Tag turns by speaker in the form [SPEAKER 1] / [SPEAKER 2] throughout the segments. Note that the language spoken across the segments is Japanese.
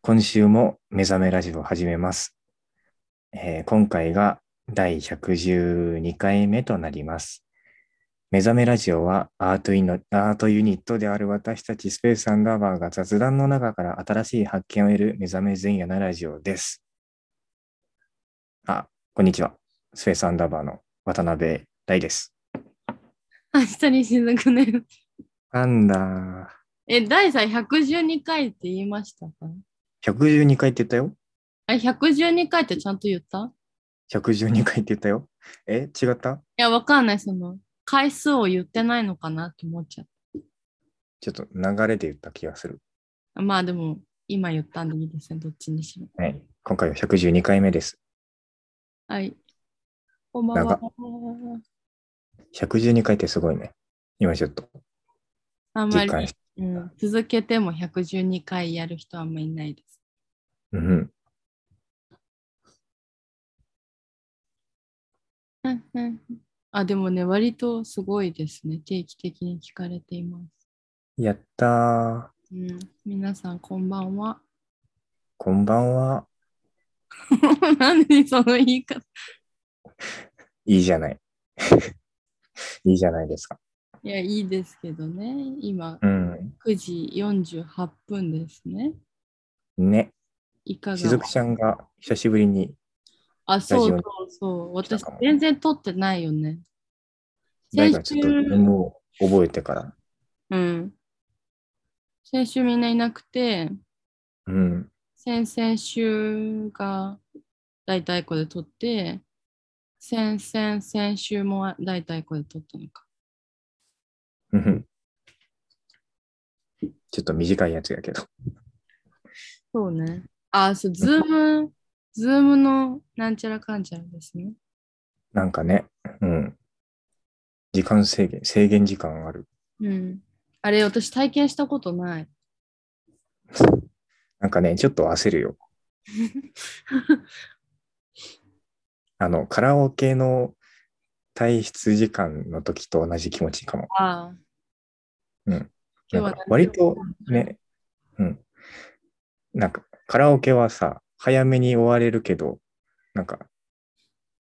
[SPEAKER 1] 今週も目覚めラジオを始めます。えー今回が第112回目となります。目覚めラジオはアートイノアートユニットである私たちスペースアンダーバーが雑談の中から新しい発見を得る目覚め前夜なラジオです。あ、こんにちは。スペースアンダーバーの渡辺大です。
[SPEAKER 2] 明日にしなくなる。
[SPEAKER 1] なんだ、
[SPEAKER 2] え、第さん112回って言いましたか
[SPEAKER 1] 112回って言ったよ。
[SPEAKER 2] あ、112回ってちゃんと言ったい
[SPEAKER 1] 112回って言ったよ。え、違った
[SPEAKER 2] や、わかんない。その、回数を言ってないのかなって思っちゃっ
[SPEAKER 1] ちょっと流れで言った気がする。
[SPEAKER 2] た。まあでも、今言ったんでいいですね。どっちにしろ。
[SPEAKER 1] はい。今回は112回目です。
[SPEAKER 2] はい。こんばんは。
[SPEAKER 1] 112回ってすごいね。今ちょっと
[SPEAKER 2] あんま
[SPEAKER 1] 実
[SPEAKER 2] り、
[SPEAKER 1] 感し
[SPEAKER 2] うん、続けても112回やる人はあんまりいないです。
[SPEAKER 1] うんうん。
[SPEAKER 2] うんうんあ、でもね、割とすごいですね。定期的に聞かれています。
[SPEAKER 1] やったー。
[SPEAKER 2] うん、皆さん、こんばんは。
[SPEAKER 1] こんばんは。
[SPEAKER 2] なんでその言い方
[SPEAKER 1] いいじゃない。 いいじゃないですか。
[SPEAKER 2] いや、いいですけどね。今、
[SPEAKER 1] うん。
[SPEAKER 2] 9時48分ですね。
[SPEAKER 1] ね。
[SPEAKER 2] いかが
[SPEAKER 1] しずくちゃんが久しぶりに、
[SPEAKER 2] あ、そう
[SPEAKER 1] ラ
[SPEAKER 2] そ
[SPEAKER 1] ジ
[SPEAKER 2] うそう。
[SPEAKER 1] 来た
[SPEAKER 2] 私
[SPEAKER 1] かも、
[SPEAKER 2] 全然撮ってないよね。
[SPEAKER 1] だいがちょっと自分を覚えてから。
[SPEAKER 2] うん。先週みんないなくて、
[SPEAKER 1] うん。
[SPEAKER 2] 先々週が大体こで撮って、先々先週も大体こで撮ったのか。
[SPEAKER 1] うんうんちょっと短いやつやけど。
[SPEAKER 2] そうね。あ、そう、ズーム、ズームのなんちゃらかんちゃらですね。
[SPEAKER 1] なんかね。うん。時間制限、制限時間ある。
[SPEAKER 2] うん。あれ、私体験したことない。
[SPEAKER 1] なんかね、ちょっと焦るよ。あの、カラオケの退出時間の時と同じ気持ちかも。
[SPEAKER 2] ああ。
[SPEAKER 1] うん。
[SPEAKER 2] 今日
[SPEAKER 1] な
[SPEAKER 2] は
[SPEAKER 1] んか割と
[SPEAKER 2] 何
[SPEAKER 1] ね、うん。なんか、カラオケはさ、早めに終われるけど、なんか、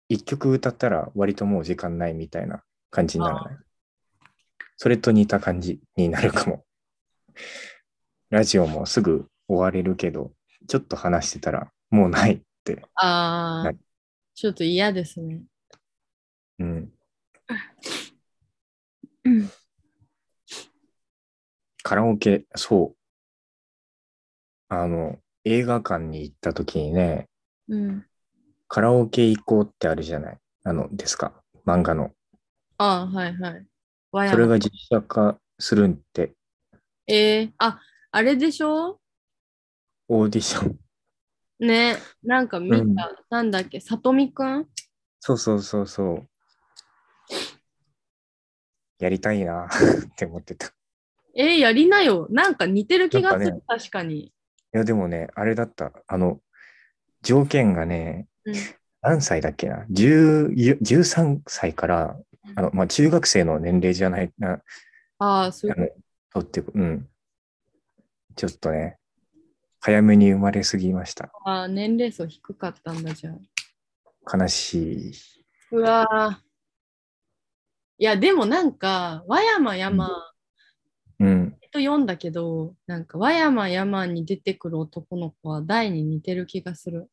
[SPEAKER 1] 一曲歌ったら割ともう時間ないみたいな感じにならない。それと似た感じになるかも。ラジオもすぐ終われるけど、ちょっと話してたらもうないって。
[SPEAKER 2] あ
[SPEAKER 1] は
[SPEAKER 2] あ
[SPEAKER 1] い。
[SPEAKER 2] ちょっと嫌ですね。
[SPEAKER 1] うん。
[SPEAKER 2] うん
[SPEAKER 1] カラオケ、そう。あの、映画館に行った時にね、
[SPEAKER 2] うん。
[SPEAKER 1] カラオケ行こうってあるじゃないあの、ですか漫画の。
[SPEAKER 2] ああ、はいはい。和
[SPEAKER 1] それ
[SPEAKER 2] 山
[SPEAKER 1] が実写化するんって、
[SPEAKER 2] えー、あ、あれでしょ
[SPEAKER 1] オーディション。
[SPEAKER 2] ね、なんか見た、
[SPEAKER 1] うん
[SPEAKER 2] なんだっけ、さとみくん
[SPEAKER 1] そうそうそうそう。やりたいなって思ってた。い
[SPEAKER 2] えー、やりなよ。なんか似てる気がする、
[SPEAKER 1] なん
[SPEAKER 2] 確かに。
[SPEAKER 1] や、でもね、あれだった。あの、条件がね、
[SPEAKER 2] うん
[SPEAKER 1] 何歳だっけな ?10 13歳から、あの、まあ、中学生の年齢じゃないな、
[SPEAKER 2] ああ、そういう
[SPEAKER 1] あのとって、うん。ちょっとね、早めに生まれすぎました。
[SPEAKER 2] あー年齢層低かったんだじゃん。
[SPEAKER 1] 悲しい。
[SPEAKER 2] うわーいや、でもなんか、和山山、
[SPEAKER 1] うん。
[SPEAKER 2] えっと読んだけど、なんか、和山山に出てくる男の子は大に似てる気がする。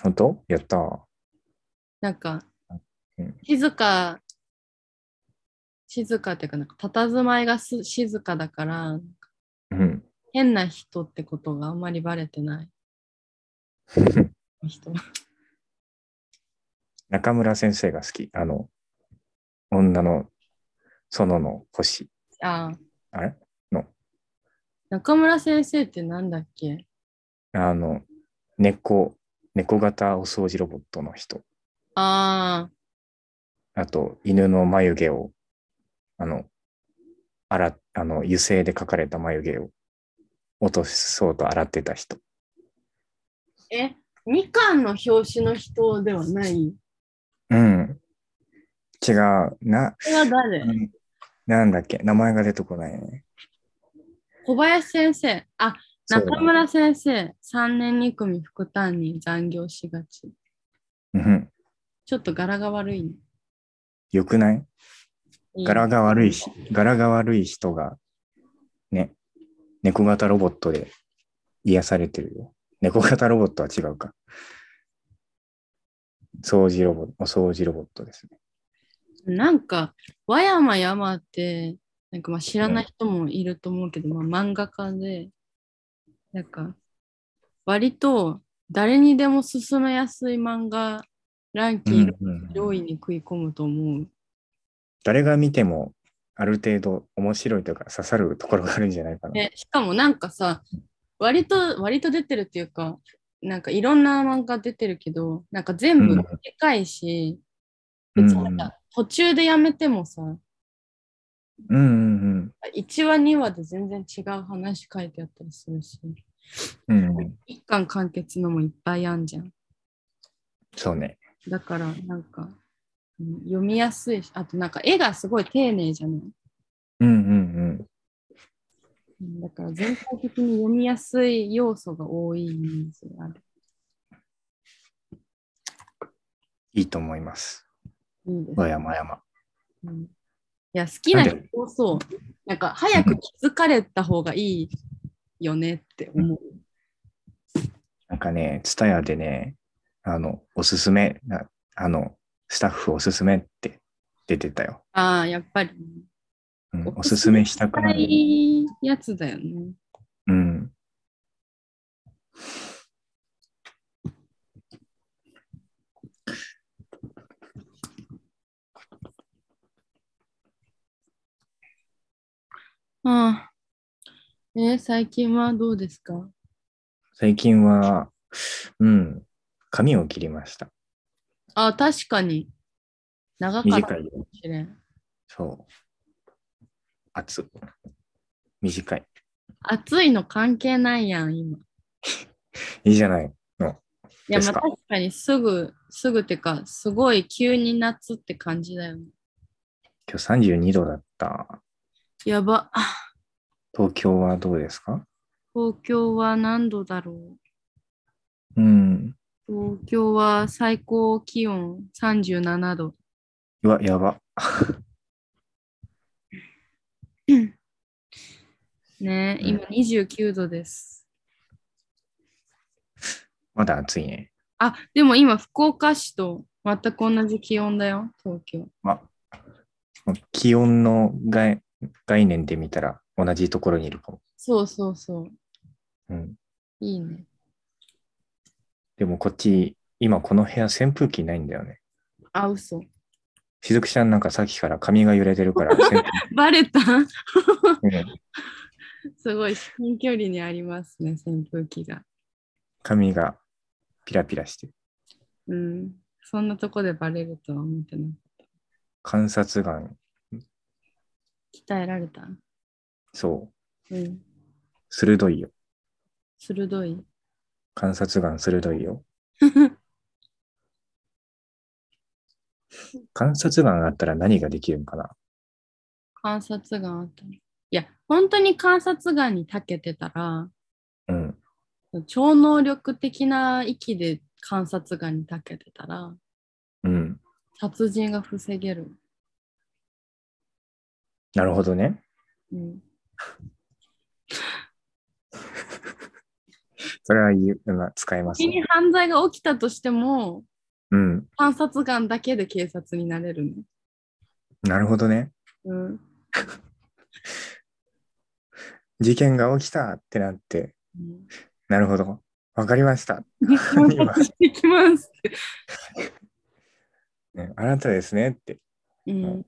[SPEAKER 1] 本当やったー。
[SPEAKER 2] なんか
[SPEAKER 1] うん、
[SPEAKER 2] 静か、静かっていうか、なんか、佇まいがす静かだから、
[SPEAKER 1] うん。
[SPEAKER 2] 変な人ってことがあんまりバレてない人。
[SPEAKER 1] 中村先生が好き。あの、女の園の星。
[SPEAKER 2] あー
[SPEAKER 1] あれ
[SPEAKER 2] 中村先生ってなんだっけ
[SPEAKER 1] あの、猫、猫型お掃除ロボットの人。
[SPEAKER 2] ああ、
[SPEAKER 1] あと、犬の眉毛を、あの、あら、あの、油性で描かれた眉毛を落とそうと洗ってた人。
[SPEAKER 2] え、みかんの表紙の人ではない
[SPEAKER 1] うん。違う。な、
[SPEAKER 2] これは誰
[SPEAKER 1] うんなんだっけ名前が出てこないね。
[SPEAKER 2] 小林先生。あ、
[SPEAKER 1] そうだ
[SPEAKER 2] 中村先生、3年2組副担任残業しがち。
[SPEAKER 1] うん。
[SPEAKER 2] ちょっと柄が悪いね。
[SPEAKER 1] よくない
[SPEAKER 2] いい
[SPEAKER 1] 柄が悪いし、柄が悪い人が、ね、猫型ロボットで癒されてるよ。猫型ロボットは違うか。掃除ロボット、お掃除ロボットですね。
[SPEAKER 2] なんか、和山山って、なんかまあ知らない人もいると思うけど、まあ漫画家で、なんか、割と誰にでも進めやすい漫画ランキング
[SPEAKER 1] うんうん
[SPEAKER 2] 上位に食い込むと思う。
[SPEAKER 1] 誰が見ても、ある程度面白いというか刺さるところがあるんじゃないかな。
[SPEAKER 2] で、しかもなんかさ、割と、割と出てるっていうか、なんかいろんな漫画出てるけど、なんか全部
[SPEAKER 1] うん
[SPEAKER 2] でかいし、
[SPEAKER 1] うん
[SPEAKER 2] 別になんか途中でやめてもさ、
[SPEAKER 1] うんうん
[SPEAKER 2] 1話2話で全然違う話書いてあったりするし、
[SPEAKER 1] うん。うんうん、
[SPEAKER 2] 一巻完結のもいっぱいあんじゃん。
[SPEAKER 1] そうね。
[SPEAKER 2] だからなんか、うん読みやすいし、あとなんか絵がすごい丁寧じゃない。
[SPEAKER 1] うんうん
[SPEAKER 2] うんだから全体的に読みやすい要素が多いイメージがある。
[SPEAKER 1] うん。いいと思います。
[SPEAKER 2] いいです
[SPEAKER 1] 和山山。
[SPEAKER 2] うんいや、好きな人
[SPEAKER 1] なん
[SPEAKER 2] 多そう。なんか、早く気づかれた方がいいよねって思う。
[SPEAKER 1] なんかね、ツタヤでね、あの、おすすめ、なあの、スタッフおすすめって出てたよ。
[SPEAKER 2] ああ、やっぱりね。
[SPEAKER 1] うん、
[SPEAKER 2] お
[SPEAKER 1] お
[SPEAKER 2] す
[SPEAKER 1] す
[SPEAKER 2] す
[SPEAKER 1] す
[SPEAKER 2] め
[SPEAKER 1] めしたく
[SPEAKER 2] 辛
[SPEAKER 1] なる。
[SPEAKER 2] いやつだよね。
[SPEAKER 1] うん。
[SPEAKER 2] ああ。えー最近はどうですか
[SPEAKER 1] 最近は、うん、髪を切りました。
[SPEAKER 2] あー確かに。長かったか
[SPEAKER 1] 短いよ。
[SPEAKER 2] もしれん。
[SPEAKER 1] そう。熱。短い。
[SPEAKER 2] 暑いの関係ないやん、今。い
[SPEAKER 1] いいじゃない。
[SPEAKER 2] や、
[SPEAKER 1] で
[SPEAKER 2] ますあ
[SPEAKER 1] か
[SPEAKER 2] 確かにすぐ、すぐてか、すごい急に夏って感じだよね。
[SPEAKER 1] 今日32度だった。
[SPEAKER 2] やば。あ
[SPEAKER 1] 東京はどうですか
[SPEAKER 2] 東京は何度だろう
[SPEAKER 1] うん。
[SPEAKER 2] 東京は最高気温37度。
[SPEAKER 1] うわ、やば。
[SPEAKER 2] ね、
[SPEAKER 1] うん
[SPEAKER 2] 今29度です。
[SPEAKER 1] まだ暑いね。
[SPEAKER 2] あ、でも今福岡市と全く同じ気温だよ、東京。
[SPEAKER 1] まあ、気温の概概念で見たら同じところにいるかも。
[SPEAKER 2] そうそうそう。
[SPEAKER 1] うん、
[SPEAKER 2] いいね。
[SPEAKER 1] でもこっち、今この部屋扇風機ないんだよね。
[SPEAKER 2] あ、嘘。
[SPEAKER 1] しずくちゃんなんかさっきから髪が揺れてる から、扇風
[SPEAKER 2] バレた
[SPEAKER 1] 機うん
[SPEAKER 2] すごい、至近距離にありますね、扇風機が。
[SPEAKER 1] 髪がピラピラしてる。
[SPEAKER 2] うん。そんなとこでバレるとは思ってない。
[SPEAKER 1] 観察眼、
[SPEAKER 2] 鍛えられた
[SPEAKER 1] そう、
[SPEAKER 2] うん。
[SPEAKER 1] 鋭いよ。
[SPEAKER 2] 鋭い。
[SPEAKER 1] 観察眼鋭い よ。観察眼あったら何ができるんかな
[SPEAKER 2] 観察眼あったね。いや、本当に観察眼に長けてたら、
[SPEAKER 1] うん。
[SPEAKER 2] 超能力的な域で観察眼に長けてたら
[SPEAKER 1] うん。
[SPEAKER 2] 殺人が防げる、
[SPEAKER 1] なるほどね。
[SPEAKER 2] うん、
[SPEAKER 1] それは言う、まあ、使えます、
[SPEAKER 2] 先に
[SPEAKER 1] ね。
[SPEAKER 2] 犯罪が起きたとしても
[SPEAKER 1] うん。
[SPEAKER 2] 観察眼だけで警察になれるね、
[SPEAKER 1] なるほどね。
[SPEAKER 2] うん
[SPEAKER 1] 事件が起きたってなって、
[SPEAKER 2] うん、
[SPEAKER 1] なるほど、わかりました、
[SPEAKER 2] 観察してきますって、
[SPEAKER 1] ねあなたですねって、
[SPEAKER 2] うん、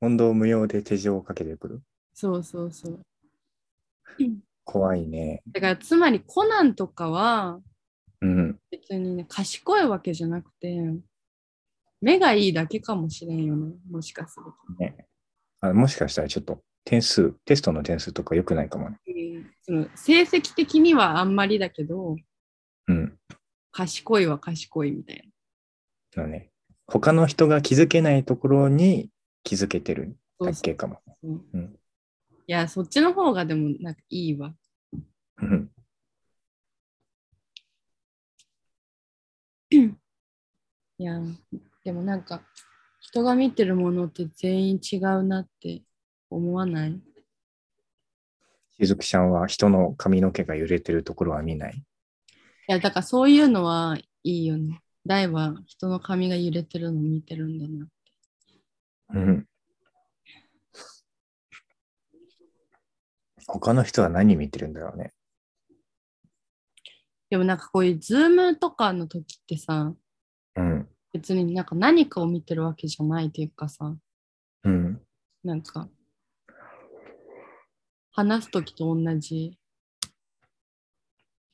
[SPEAKER 1] 問答無用で手錠をかけてくる。
[SPEAKER 2] そうそうそう
[SPEAKER 1] 怖いね。
[SPEAKER 2] だからつまりコナンとかは
[SPEAKER 1] うん。
[SPEAKER 2] 別にね賢いわけじゃなくて目がいいだけかもしれんよねもしかすると、
[SPEAKER 1] ね、あもしかしたらちょっと点数、テストの点数とか良くないかもね。
[SPEAKER 2] うん、その成績的にはあんまりだけど
[SPEAKER 1] うん。
[SPEAKER 2] 賢いは賢いみたいな
[SPEAKER 1] だからね、他の人が気づけないところに気づけてる
[SPEAKER 2] そ
[SPEAKER 1] だ
[SPEAKER 2] うそう
[SPEAKER 1] けかも。
[SPEAKER 2] そう
[SPEAKER 1] うん
[SPEAKER 2] いや、そっちの方がでもなんかいいわ。
[SPEAKER 1] うん
[SPEAKER 2] いや、でもなんか、人が見てるものって全員違うなって思わない
[SPEAKER 1] しずきちゃんは人の髪の毛が揺れてるところは見ない。
[SPEAKER 2] いや、だからそういうのはいいよね。だいぶ人の髪が揺れてるの見てるんだな。
[SPEAKER 1] うん。他の人は何見てるんだろうね。
[SPEAKER 2] でもなんかこういうズームとかの時ってさ、
[SPEAKER 1] うん。
[SPEAKER 2] 別になんか何かを見てるわけじゃないというかさ、
[SPEAKER 1] うん。
[SPEAKER 2] なんか、話す時と同じ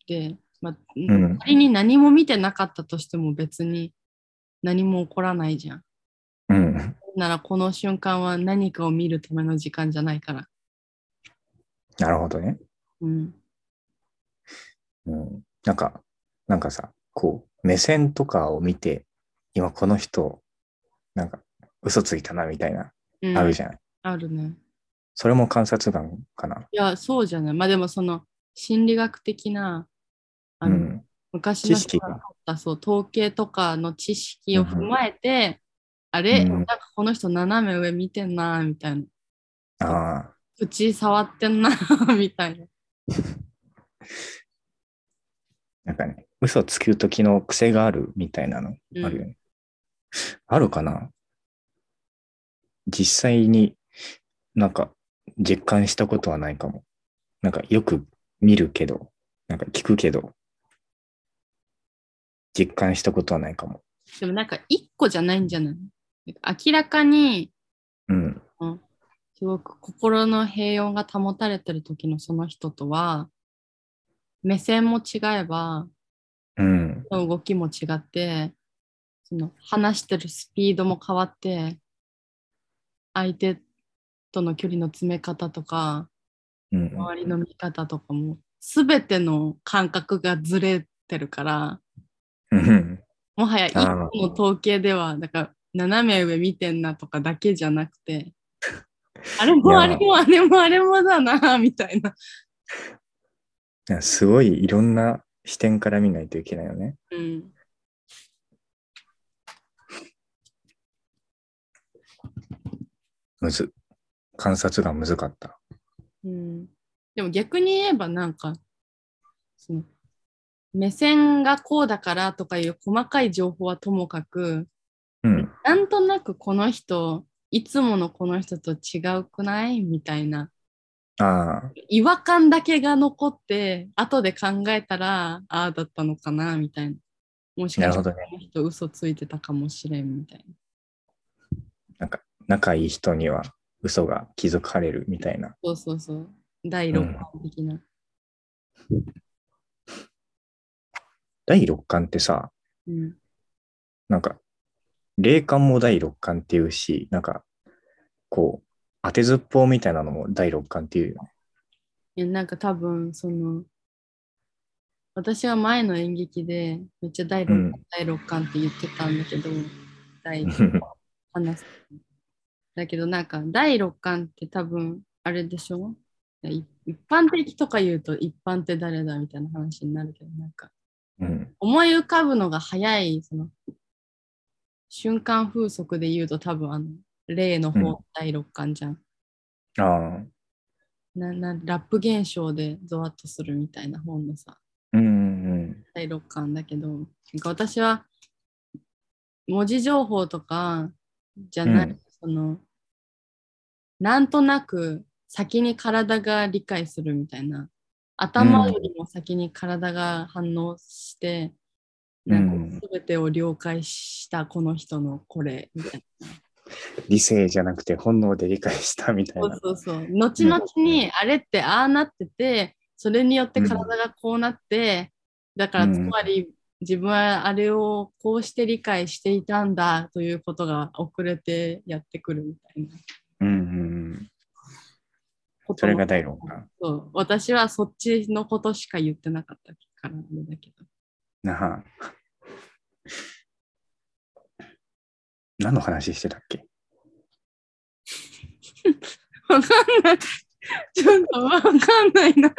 [SPEAKER 2] で、まあ、
[SPEAKER 1] ん
[SPEAKER 2] 仮に何も見てなかったとしても別に何も起こらないじゃん。
[SPEAKER 1] うん。
[SPEAKER 2] ならこの瞬間は何かを見るための時間じゃないから。
[SPEAKER 1] なるほどね。
[SPEAKER 2] うん。
[SPEAKER 1] うん。なんか、なんかさ、こう、目線とかを見て、今この人、なんか、嘘ついたなみたいな、
[SPEAKER 2] うん、
[SPEAKER 1] あるじゃない。
[SPEAKER 2] あるね。
[SPEAKER 1] それも観察眼かな。
[SPEAKER 2] いや、そうじゃない。まあでもその心理学的な、あ
[SPEAKER 1] う
[SPEAKER 2] の、
[SPEAKER 1] ん。
[SPEAKER 2] 昔の
[SPEAKER 1] 知識
[SPEAKER 2] 人
[SPEAKER 1] が
[SPEAKER 2] が取ったそう統計とかの知識を踏まえて、あれ、
[SPEAKER 1] うん
[SPEAKER 2] なんかこの人斜め上見てんなみたいな
[SPEAKER 1] ああ。
[SPEAKER 2] 口触ってんな みたいな
[SPEAKER 1] なんかね、嘘つく時の癖があるみたいなの
[SPEAKER 2] うん
[SPEAKER 1] あるよね。あるかな実際になんか実感したことはないかも。なんかよく見るけど、なんか聞くけど、実感したことはないかも。
[SPEAKER 2] でもなんか一個じゃないんじゃないなんか明らかに
[SPEAKER 1] うん。
[SPEAKER 2] すごく心の平穏が保たれてる時のその人とは目線も違えば
[SPEAKER 1] うん。
[SPEAKER 2] の動きも違ってその話してるスピードも変わって相手との距離の詰め方とか
[SPEAKER 1] うん。
[SPEAKER 2] 周りの見方とかも全ての感覚がずれてるから
[SPEAKER 1] うん。
[SPEAKER 2] もはや一
[SPEAKER 1] あー
[SPEAKER 2] 個の統計ではだから斜め上見てんなとかだけじゃなく てあれもあれもあれもあれもだなみたいな。
[SPEAKER 1] なんかすごいいろんな視点から見ないといけないよね。
[SPEAKER 2] うん
[SPEAKER 1] むず。観察がむずかった。
[SPEAKER 2] うん、でも逆に言えばなんかその目線がこうだからとかいう細かい情報はともかく
[SPEAKER 1] うん。
[SPEAKER 2] なんとなくこの人いつものこの人と違うくないみたいな
[SPEAKER 1] ああ。
[SPEAKER 2] 違和感だけが残って後で考えたらああだったのかなみたいなもしかしたら
[SPEAKER 1] なる
[SPEAKER 2] この人嘘ついてたかもしれんみたいな
[SPEAKER 1] 仲いい人には嘘が気づかれるみたいな。
[SPEAKER 2] そうそうそう第6波的な、
[SPEAKER 1] 第六感ってさ、
[SPEAKER 2] うん
[SPEAKER 1] なんか、霊感も第六感っていうし、なんか、こう、当てずっぽうみたいなのも第六感っていう よね。
[SPEAKER 2] いやなんか多分その私は前の演劇でめっちゃ第6
[SPEAKER 1] う
[SPEAKER 2] 巻、
[SPEAKER 1] ん
[SPEAKER 2] 第六巻って言ってたんだけど第話すだけどなんか第六巻って多分あれでしょい一般的とか言うと一般って誰だみたいな話になるけどなんか
[SPEAKER 1] うん。
[SPEAKER 2] 思い浮かぶのが早いその瞬間風速で言うと多分あの例の
[SPEAKER 1] うん
[SPEAKER 2] 方第六巻じゃん、
[SPEAKER 1] ああ。
[SPEAKER 2] ななラップ現象でゾワッとするみたいな本のさ
[SPEAKER 1] うんうん
[SPEAKER 2] 第6巻だけどなんか私は文字情報とかじゃない、
[SPEAKER 1] うん
[SPEAKER 2] そのなんとなく先に体が理解するみたいな頭よりも先に体が反応して、なんか全てを了解したこの人のこれみたい
[SPEAKER 1] うん。理性じゃなくて本能で理解したみたい
[SPEAKER 2] な、
[SPEAKER 1] な。
[SPEAKER 2] そうそうそう後々にあれってああなっててそれによって体がこうなって、だから
[SPEAKER 1] うん
[SPEAKER 2] つまり自分はあれをこうして理解していたんだということが遅れてやってくるみたいな
[SPEAKER 1] うんうんうん。
[SPEAKER 2] ことも
[SPEAKER 1] それが第六感。
[SPEAKER 2] そう私はそっちのことしか言ってなかったからあれだけど
[SPEAKER 1] なあ。何の話してたっけ
[SPEAKER 2] わかんないちょっとわかんないな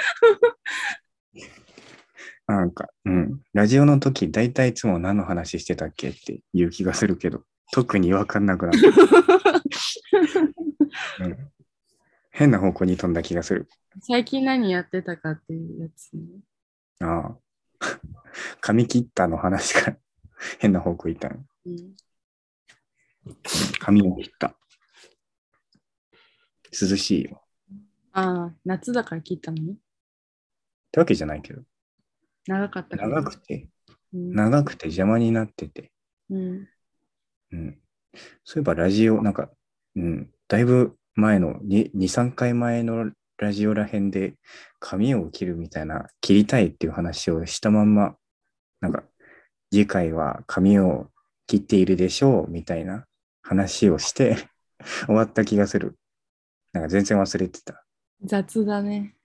[SPEAKER 1] なんか、うん。ラジオの時、だいたいいつも何の話してたっけっていう気がするけど、特にわかんなくなる、うん変な方向に飛んだ気がする。
[SPEAKER 2] 最近何やってたかっていうやつね。
[SPEAKER 1] ああ。 髪切ったの話から変な方向行ったの。
[SPEAKER 2] うん、
[SPEAKER 1] 髪を切った。涼しいよ。っ
[SPEAKER 2] ああ、夏だから切ったのね。
[SPEAKER 1] てわけじゃないけど。
[SPEAKER 2] 長かったから。
[SPEAKER 1] 長くて、
[SPEAKER 2] うん、
[SPEAKER 1] 長くて邪魔になってて。
[SPEAKER 2] うん。
[SPEAKER 1] うん。そういえばラジオ、なんか、うん、だいぶ前の、に2、3回前のラジオら辺で髪を切るみたいな、切りたいっていう話をしたまんま、なんか、次回は髪を切っているでしょうみたいな話をして 終わった気がする。なんか全然忘れてた。
[SPEAKER 2] 雑だね。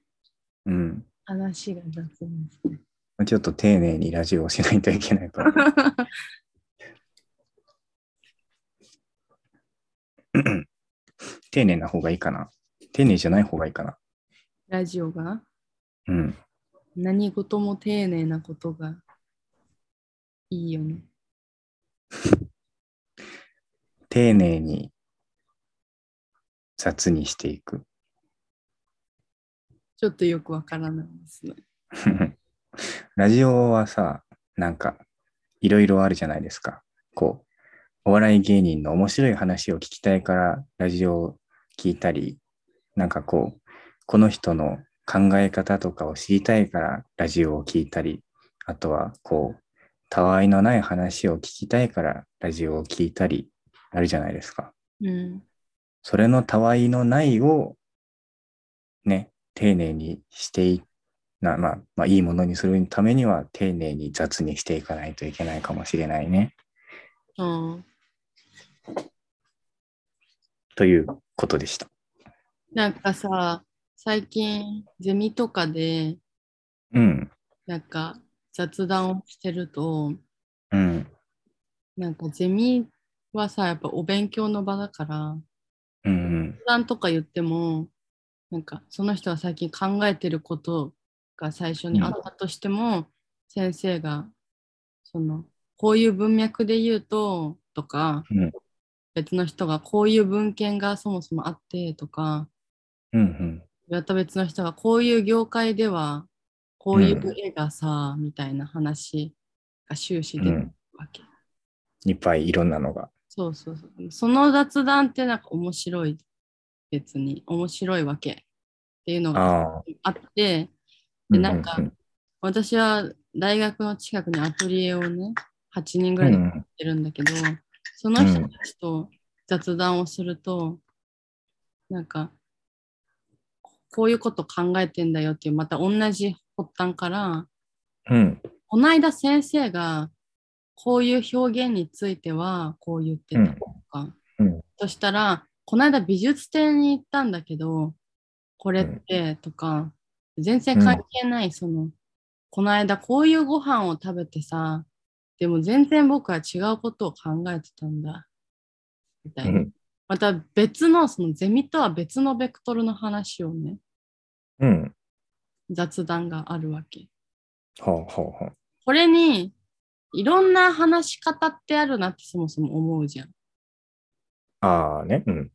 [SPEAKER 1] うん。
[SPEAKER 2] 話が雑です ね。
[SPEAKER 1] ちょっと丁寧にラジオをしないといけないから。丁寧な方がいいかな。丁寧じゃない方がいいかな。
[SPEAKER 2] ラジオが
[SPEAKER 1] うん。
[SPEAKER 2] 何事も丁寧なことがいいよね。
[SPEAKER 1] 丁寧に雑にしていく。
[SPEAKER 2] ちょっとよくわからないですね。
[SPEAKER 1] ラジオはさ、なんかいろいろあるじゃないですか。こう、お笑い芸人の面白い話を聞きたいからラジオを聞いたり、なんかこう、この人の考え方とかを知りたいからラジオを聞いたり、あとはこう、たわいのない話を聞きたいからラジオを聞いたり、あるじゃないですか。
[SPEAKER 2] うん。
[SPEAKER 1] それのたわいのないを、ね、丁寧にしていな、まあ、まあ、いいものにするためには、丁寧に雑にしていかないといけないかもしれないね。
[SPEAKER 2] ああ
[SPEAKER 1] ということでした。
[SPEAKER 2] なんかさ、最近ゼミとかで
[SPEAKER 1] うん。
[SPEAKER 2] なんか雑談をしてると、
[SPEAKER 1] うん。
[SPEAKER 2] なんかゼミはさ、やっぱお勉強の場だから、
[SPEAKER 1] うん。
[SPEAKER 2] 雑談とか言っても、なんかその人が最近考えてることが最初にあったとしても、先生がそのこういう文脈で言うととか、
[SPEAKER 1] うん
[SPEAKER 2] 別の人がこういう文献がそもそもあってとか
[SPEAKER 1] うん。うん。
[SPEAKER 2] また別の人がこういう業界ではこういうんう絵がさ、みたいな話が終始出
[SPEAKER 1] う
[SPEAKER 2] てくる
[SPEAKER 1] ん。
[SPEAKER 2] わけ、
[SPEAKER 1] いっぱいいろんなのが。
[SPEAKER 2] そうそうそう。その雑談ってなんか面白い、別に面白いわけっていうのが
[SPEAKER 1] ああ。
[SPEAKER 2] あって、
[SPEAKER 1] う
[SPEAKER 2] で
[SPEAKER 1] ん
[SPEAKER 2] なんか
[SPEAKER 1] うん
[SPEAKER 2] 私は大学の近くにアトリエをね、8人ぐ
[SPEAKER 1] う
[SPEAKER 2] らいでやっ
[SPEAKER 1] ん。
[SPEAKER 2] てるんだけど、その人たちと雑談をすると、なんか、こういうこと考えてんだよっていう、また同じ発端から、
[SPEAKER 1] うん。
[SPEAKER 2] この間先生がこういう表現についてはこう言ってたとか、
[SPEAKER 1] うん
[SPEAKER 2] そしたらこの間美術展に行ったんだけどこれってとか、全然関係ないその、この間こういうご飯を食べてさでも全然僕は違うことを考えてたんだみた
[SPEAKER 1] う
[SPEAKER 2] いな、
[SPEAKER 1] ん。
[SPEAKER 2] また別のそのゼミとは別のベクトルの話をね
[SPEAKER 1] うん。
[SPEAKER 2] 雑談があるわけ
[SPEAKER 1] ほうほうほう。
[SPEAKER 2] これにいろんな話し方ってあるなってそもそも思うじゃん。
[SPEAKER 1] ああね。うん。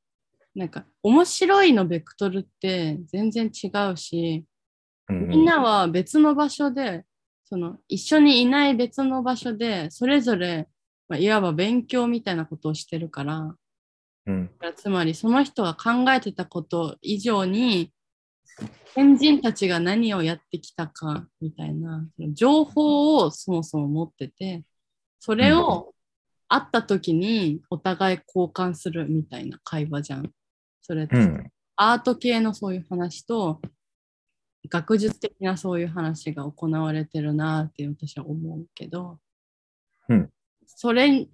[SPEAKER 2] なんか面白いのベクトルって全然違うし
[SPEAKER 1] うん。
[SPEAKER 2] みんなは別の場所でその一緒にいない別の場所でそれぞれ、まあ、いわば勉強みたいなことをしてるから
[SPEAKER 1] うん。
[SPEAKER 2] つまりその人が考えてたこと以上に先人たちが何をやってきたかみたいなその情報をそもそも持っててそれを会った時にお互い交換するみたいな会話じゃん。それって
[SPEAKER 1] うん。
[SPEAKER 2] アート系のそういう話と学術的なそういう話が行われてるなって私は思うけど、
[SPEAKER 1] うん
[SPEAKER 2] それ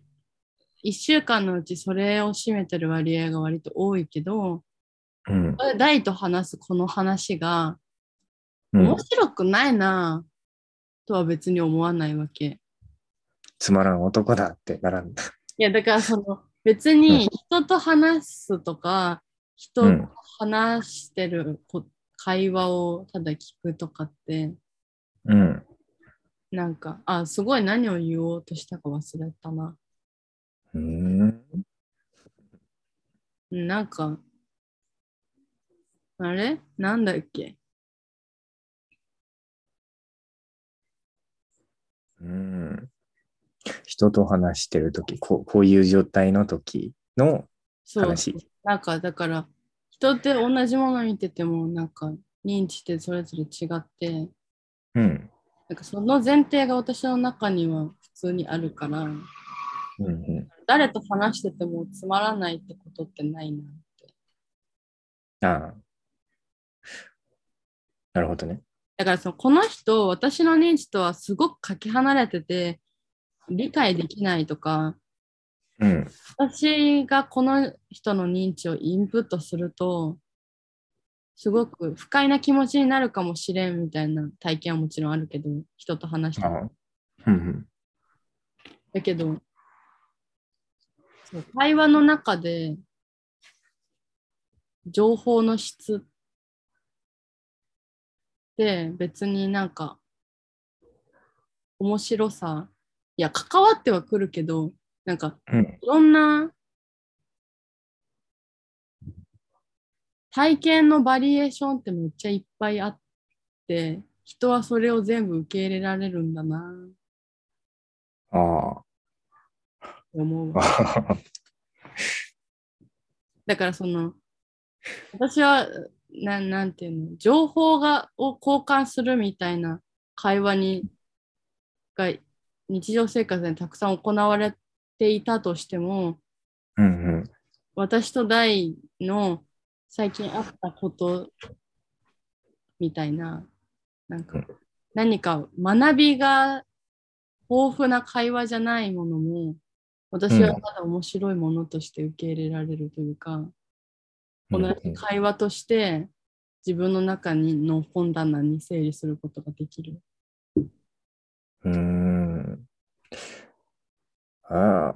[SPEAKER 2] 1週間のうちそれを占めてる割合が割と多いけど
[SPEAKER 1] うん。
[SPEAKER 2] 大と話すこの話が
[SPEAKER 1] うん
[SPEAKER 2] 面。白くないなとは別に思わないわけ。
[SPEAKER 1] つまらん男だってならん。
[SPEAKER 2] いやだからその別に人と話すとか人
[SPEAKER 1] う
[SPEAKER 2] と
[SPEAKER 1] ん。
[SPEAKER 2] 話してるこ会話をただ聞くとかって
[SPEAKER 1] うん。
[SPEAKER 2] なんか、あ、すごい何を言おうとしたか忘れたな。
[SPEAKER 1] うーん。
[SPEAKER 2] なんか、あれなんだっけ
[SPEAKER 1] うん。人と話してるとき、こう、こういう状態のときの
[SPEAKER 2] そう。
[SPEAKER 1] 話。
[SPEAKER 2] なんか、だから、人って同じもの見てても、なんか、認知ってそれぞれ違って、
[SPEAKER 1] うん。
[SPEAKER 2] なんかその前提が私の中には普通にあるから、
[SPEAKER 1] うんう
[SPEAKER 2] 誰と話しててもつまらないってことってないなって。
[SPEAKER 1] ん。ああ。なるほどね。
[SPEAKER 2] だからそのこの人、私の認知とはすごくかけ離れてて、理解できないとか、
[SPEAKER 1] うん。
[SPEAKER 2] 私がこの人の認知をインプットすると、すごく不快な気持ちになるかもしれんみたいな体験はもちろんあるけど、人と話し
[SPEAKER 1] あ
[SPEAKER 2] て。
[SPEAKER 1] あ。うんうん。
[SPEAKER 2] だけど、そう会話の中で、情報の質って別になんか、面白さ、いや、関わってはくるけど、なんか、
[SPEAKER 1] うん。
[SPEAKER 2] いろんな体験のバリエーションってめっちゃいっぱいあって、人はそれを全部受け入れられるんだなぁ
[SPEAKER 1] あ
[SPEAKER 2] と思うわ。
[SPEAKER 1] あ。
[SPEAKER 2] だからその、私は、ななんていうの、情報がを交換するみたいな会話にが日常生活でたくさん行われていたとしても、
[SPEAKER 1] うんうん。
[SPEAKER 2] 私と大の最近あったことみたいな、なん
[SPEAKER 1] う
[SPEAKER 2] か
[SPEAKER 1] ん
[SPEAKER 2] 何か学びが豊富な会話じゃないものも、私はまだ面白いものとして受け入れられるというか、同じ会話として自分の中にの本棚に整理することができる。
[SPEAKER 1] うーん。あ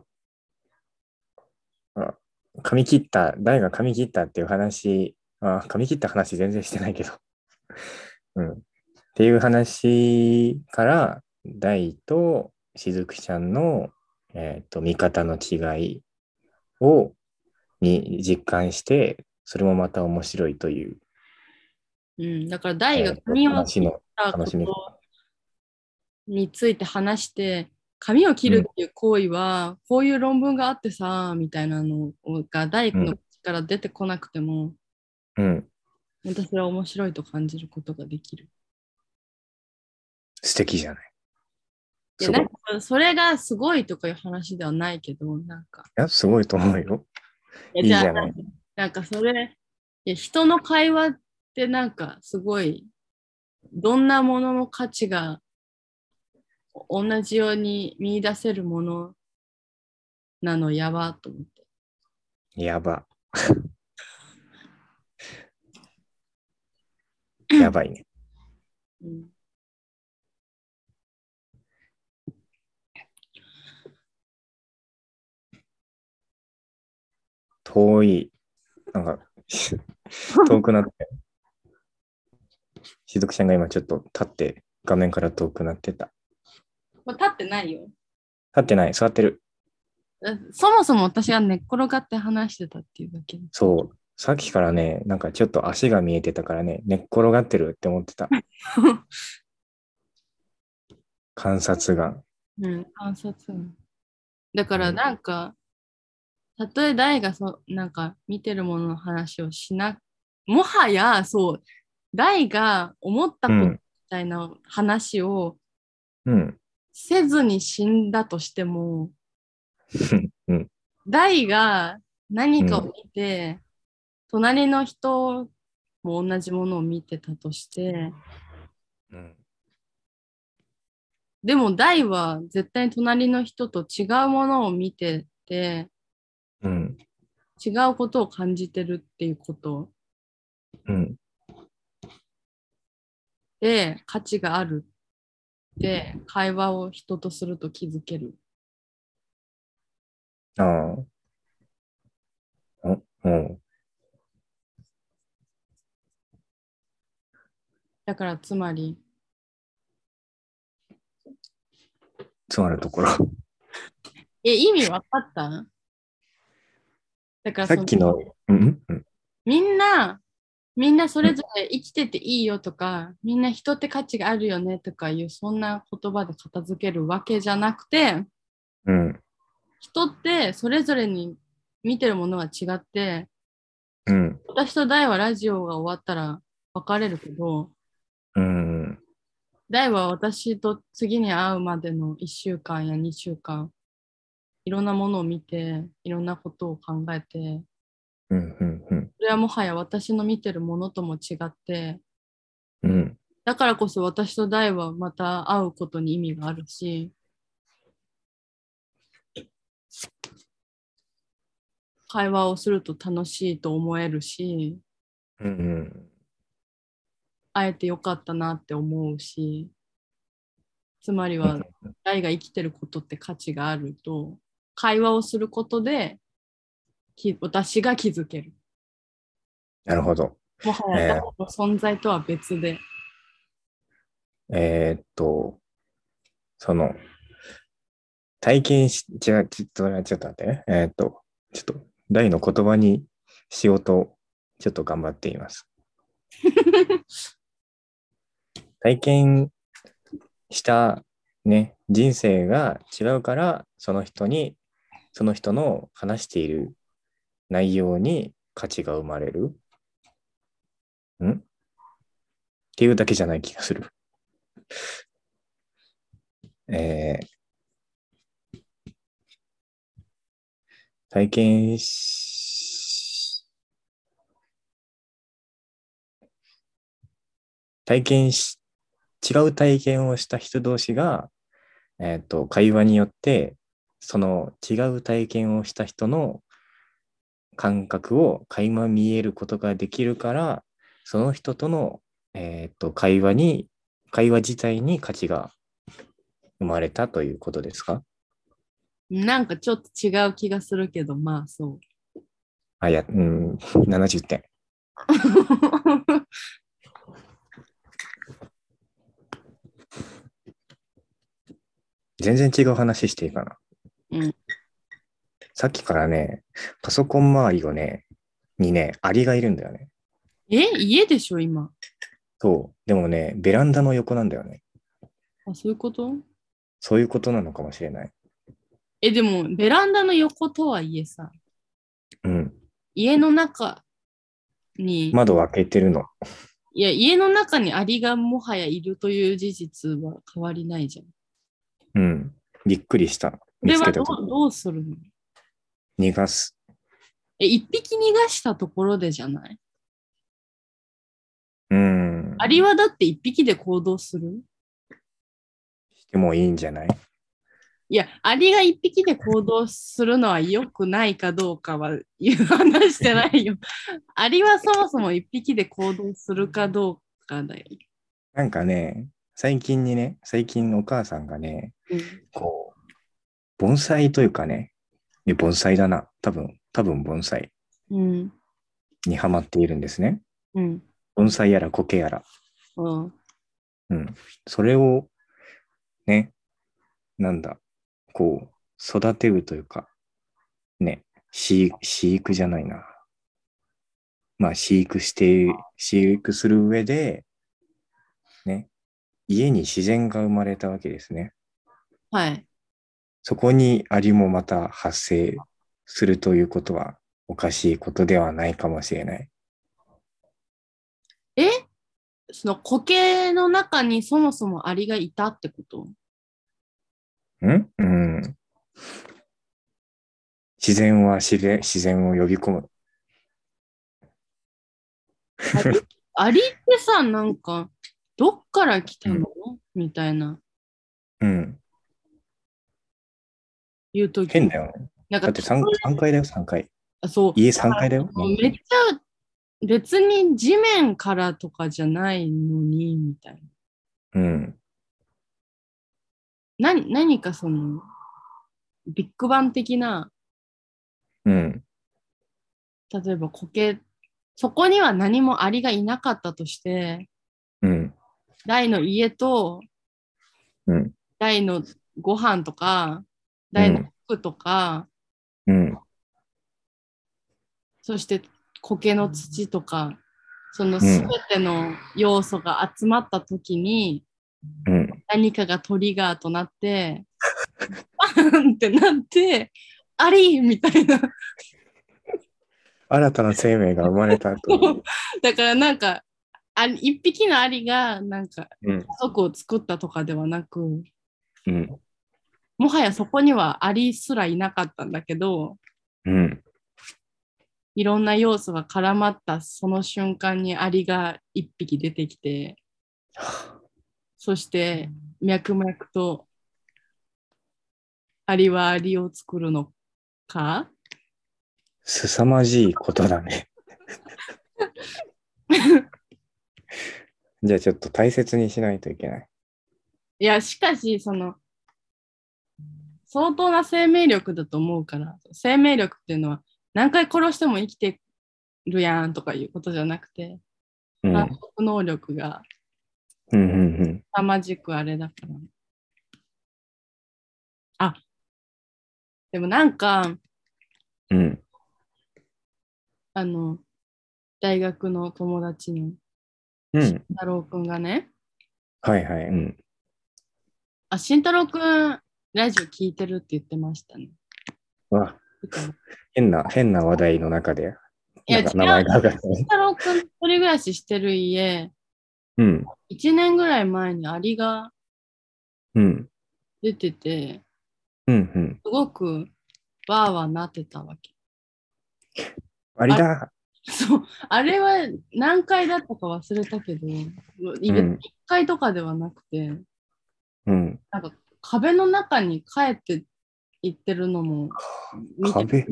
[SPEAKER 1] あ。あ、髪切った、誰が髪切ったっていう話、あ、髪切った話全然してないけど。 うん。っていう話から、大としずくちゃんの、えっと、見方の違いを、に実感して、それもまた面白いという、
[SPEAKER 2] うん、だから
[SPEAKER 1] えー
[SPEAKER 2] 大が
[SPEAKER 1] と
[SPEAKER 2] 髪を
[SPEAKER 1] 話
[SPEAKER 2] 切っ
[SPEAKER 1] の
[SPEAKER 2] たこ
[SPEAKER 1] 楽しみ
[SPEAKER 2] とについて話して髪を切るっていう行為は、こういう論文があってさみたいなのが大工の口から出てこなくても、
[SPEAKER 1] うん、
[SPEAKER 2] 私は面白いと感じることができる。
[SPEAKER 1] 素敵じゃない。
[SPEAKER 2] い
[SPEAKER 1] す
[SPEAKER 2] や
[SPEAKER 1] ごい。
[SPEAKER 2] ないんかそれがすごいとかいう話ではないけどなんか
[SPEAKER 1] や、すごいと思うよ。いいじ
[SPEAKER 2] や
[SPEAKER 1] ゃない。
[SPEAKER 2] なんかそれいや人の会話ってなんかすごいどんなものの価値が同じように見出せるものなのやばと思って。
[SPEAKER 1] やば。やばいね。
[SPEAKER 2] うん
[SPEAKER 1] 遠い。なんか、し遠くなって。しずくちゃんが今ちょっと立って、画面から遠くなってた。
[SPEAKER 2] これ立ってないよ。
[SPEAKER 1] 立ってない、座ってる。
[SPEAKER 2] えそもそも私が寝っ転がって話してたっていうだけで。
[SPEAKER 1] そう。さっきからね、なんかちょっと足が見えてたからね、寝っ転がってるって思ってた。観察眼。
[SPEAKER 2] うん、観察眼だか
[SPEAKER 1] う
[SPEAKER 2] ら
[SPEAKER 1] ん
[SPEAKER 2] なんか、たとえ誰がそなんか見てるものの話をしな、もはやそう、誰が思っ
[SPEAKER 1] う
[SPEAKER 2] たことみ
[SPEAKER 1] ん。
[SPEAKER 2] たいな話を
[SPEAKER 1] うん。
[SPEAKER 2] せずに死んだとしても、
[SPEAKER 1] うん。
[SPEAKER 2] 大が何かを見て、隣の人も同じものを見てたとして、
[SPEAKER 1] うん。
[SPEAKER 2] でも大は絶対に隣の人と違うものを見てて、
[SPEAKER 1] うん。
[SPEAKER 2] 違うことを感じてるっていうこと
[SPEAKER 1] うん。
[SPEAKER 2] で価値があるって会話を人とすると気づける。
[SPEAKER 1] ああ。おうん。
[SPEAKER 2] だからつまり、
[SPEAKER 1] つまるところ。
[SPEAKER 2] え、意味わかっただから
[SPEAKER 1] さ
[SPEAKER 2] そ
[SPEAKER 1] っきの、うん、うん、
[SPEAKER 2] みんな、みんなそれぞれ生きてていいよとか、みんな人って価値があるよねとかいう、そんな言葉で片付けるわけじゃなくて、
[SPEAKER 1] うん、
[SPEAKER 2] 人ってそれぞれに見てるものは違って、
[SPEAKER 1] うん、
[SPEAKER 2] 私と大はラジオが終わったら別れるけど、
[SPEAKER 1] うん、
[SPEAKER 2] 大は私と次に会うまでの1週間や2週間、いろんなものを見て、いろんなことを考えて、
[SPEAKER 1] うん、うん、うん、
[SPEAKER 2] それはもはや私の見てるものとも違って、
[SPEAKER 1] うん、
[SPEAKER 2] だからこそ私と大はまた会うことに意味があるし、会話をすると楽しいと思えるし、
[SPEAKER 1] うん、
[SPEAKER 2] 会えてよかったなって思うし、つまりは大が生きてることって価値があると、会話をすることでき私が気づける。
[SPEAKER 1] なるほど。
[SPEAKER 2] もはや
[SPEAKER 1] え
[SPEAKER 2] 大の存在とは別で。
[SPEAKER 1] えーっと、その、体験し、違う、ちょっと、ちょっと待ってね。えーっと、ちょっと、大の言葉にしようと、ちょっと頑張っています。体験した、ね、人生が違うから、その人に、その人の話している内容に価値が生まれる。んっていうだけじゃない気がする。えー体験し、体験し、違う体験をした人同士が、えっ、と、会話によって、その違う体験をした人の感覚を垣間見えることができるから、その人との、えっ、と、会話に、会話自体に価値が生まれたということですか
[SPEAKER 2] なんかちょっと違う気がするけど、まあそう。
[SPEAKER 1] あ、いや、うん、70点。全然違う話していいかな。
[SPEAKER 2] うん
[SPEAKER 1] さっきからね、パソコン周りをね、にね、アリがいるんだよね。
[SPEAKER 2] え家でしょ、今。
[SPEAKER 1] そう。でもね、ベランダの横なんだよね。
[SPEAKER 2] あ、そういうこと
[SPEAKER 1] そういうことなのかもしれない。
[SPEAKER 2] え、でも、ベランダの横とはいえさ、
[SPEAKER 1] うん。
[SPEAKER 2] 家の中に、
[SPEAKER 1] 窓を開けてるの。
[SPEAKER 2] いや、家の中にアリがもはやいるという事実は変わりないじゃん。
[SPEAKER 1] うん。びっくりした。
[SPEAKER 2] こ
[SPEAKER 1] 見
[SPEAKER 2] れ
[SPEAKER 1] つ
[SPEAKER 2] は
[SPEAKER 1] け
[SPEAKER 2] ど
[SPEAKER 1] た
[SPEAKER 2] う
[SPEAKER 1] と。
[SPEAKER 2] どうするの
[SPEAKER 1] 逃がす。
[SPEAKER 2] え、一匹逃がしたところでじゃない
[SPEAKER 1] うん。
[SPEAKER 2] アリはだって一匹で行動する
[SPEAKER 1] してもいいんじゃない
[SPEAKER 2] いや、アリが一匹で行動するのは良くないかどうかは言う話してないよ。アリはそもそも一匹で行動するかどうかだよ。
[SPEAKER 1] なんかね、最近にね、最近お母さんがね、
[SPEAKER 2] うん
[SPEAKER 1] こう、盆栽というかね、で盆栽だな。多分、多分盆栽
[SPEAKER 2] うん。
[SPEAKER 1] にハマっているんですね。
[SPEAKER 2] うん。
[SPEAKER 1] 盆栽やら苔やら。
[SPEAKER 2] うん。
[SPEAKER 1] うん。それを、ね、なんだ、こう、育てるというか、ね、飼飼育じゃないな。まあ、飼育して、飼育する上で、ね、家に自然が生まれたわけですね。
[SPEAKER 2] はい。
[SPEAKER 1] そこにアリもまた発生するということはおかしいことではないかもしれない。
[SPEAKER 2] その苔の中にそもそもアリがいたって こと
[SPEAKER 1] んうん。自然は自然自然を呼び込む。
[SPEAKER 2] アリアリってさ、なんか、どっから来たの、みたいな
[SPEAKER 1] うん。
[SPEAKER 2] 言うとき。
[SPEAKER 1] 変だよね。
[SPEAKER 2] な
[SPEAKER 1] だ
[SPEAKER 2] んか
[SPEAKER 1] って 3, 三階だよ、3階。
[SPEAKER 2] あそう。
[SPEAKER 1] 家3階だよ。
[SPEAKER 2] もうめっちゃ別に地面からとかじゃないのにみたい
[SPEAKER 1] うん。
[SPEAKER 2] な。な何かそのビッグバン的な
[SPEAKER 1] うん。
[SPEAKER 2] 例えば苔そこには何もアリがいなかったとして
[SPEAKER 1] うん。
[SPEAKER 2] 大の家と
[SPEAKER 1] うん。
[SPEAKER 2] 大のご飯とか、大の服とか、
[SPEAKER 1] うん。
[SPEAKER 2] そして苔の土とか、その
[SPEAKER 1] ん
[SPEAKER 2] 全ての要素が集まった時に、
[SPEAKER 1] うん。
[SPEAKER 2] 何かがトリガーとなって、バーンってなって、ありみたいな。
[SPEAKER 1] 新たな生命が生まれたと いう。
[SPEAKER 2] だからなんか、あ一匹のアリがなんか
[SPEAKER 1] うん。
[SPEAKER 2] 家族を作ったとかではなく、
[SPEAKER 1] うん。
[SPEAKER 2] もはやそこにはアリすらいなかったんだけど、
[SPEAKER 1] うん。
[SPEAKER 2] いろんな要素が絡まったその瞬間にアリが一匹出てきて、そして脈々とアリはアリを作るのか
[SPEAKER 1] 凄まじいことだ ね。じゃあちょっと大切にしないといけない。
[SPEAKER 2] いや、しかし、その、相当な生命力だと思うから、生命力っていうのは何回殺しても生きてるやんとかいうことじゃなくて、
[SPEAKER 1] うん。
[SPEAKER 2] 反復能力が
[SPEAKER 1] うんうんうん。
[SPEAKER 2] 凄まじくあれだから。あ、でもなんか、
[SPEAKER 1] うん。
[SPEAKER 2] あの、大学の友達の
[SPEAKER 1] うん。
[SPEAKER 2] 太郎くんがね、
[SPEAKER 1] はいはい。うん。
[SPEAKER 2] あ、慎太郎くん、ラジオ聞いてるって言ってましたね。
[SPEAKER 1] うわ、変な、変な話題の中で。
[SPEAKER 2] いや、
[SPEAKER 1] な
[SPEAKER 2] 違
[SPEAKER 1] ん
[SPEAKER 2] う。
[SPEAKER 1] か名前が上がってない
[SPEAKER 2] 慎太郎くん、一人暮らししてる家、
[SPEAKER 1] うん。
[SPEAKER 2] 1年ぐらい前にアリが
[SPEAKER 1] うん。
[SPEAKER 2] 出てて、
[SPEAKER 1] うん。うん。
[SPEAKER 2] すごくわーわーなってたわけ。
[SPEAKER 1] ありだ。
[SPEAKER 2] そう、あれは何回だったか忘れたけど、
[SPEAKER 1] うん
[SPEAKER 2] 1回とかではなくて、
[SPEAKER 1] うん。
[SPEAKER 2] なんか壁の中に帰って行ってるのも見て、
[SPEAKER 1] 壁。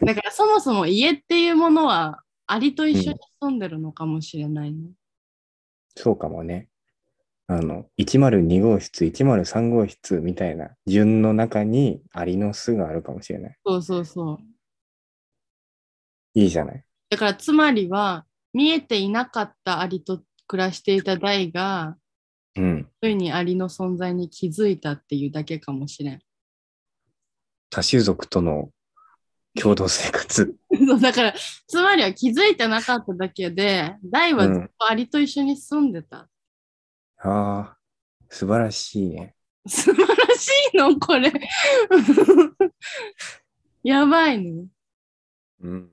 [SPEAKER 2] だからそもそも家っていうものはアリと一緒に住んでるのかもしれないね。
[SPEAKER 1] そうかもね。あの、102号室、103号室みたいな順の中にアリの巣があるかもしれない。
[SPEAKER 2] そうそうそう。
[SPEAKER 1] いいじゃない。
[SPEAKER 2] だからつまりは見えていなかったアリと暮らしていたダイが
[SPEAKER 1] うん。
[SPEAKER 2] ついにアリの存在に気づいたっていうだけかもしれん。
[SPEAKER 1] 多種族との共同生活。
[SPEAKER 2] そうだからつまりは気づいてなかっただけでダイはずっとアリと一緒に住んでた。
[SPEAKER 1] ああ、素晴らしいね。
[SPEAKER 2] 素晴らしいのこれ。 やばいね。
[SPEAKER 1] うん。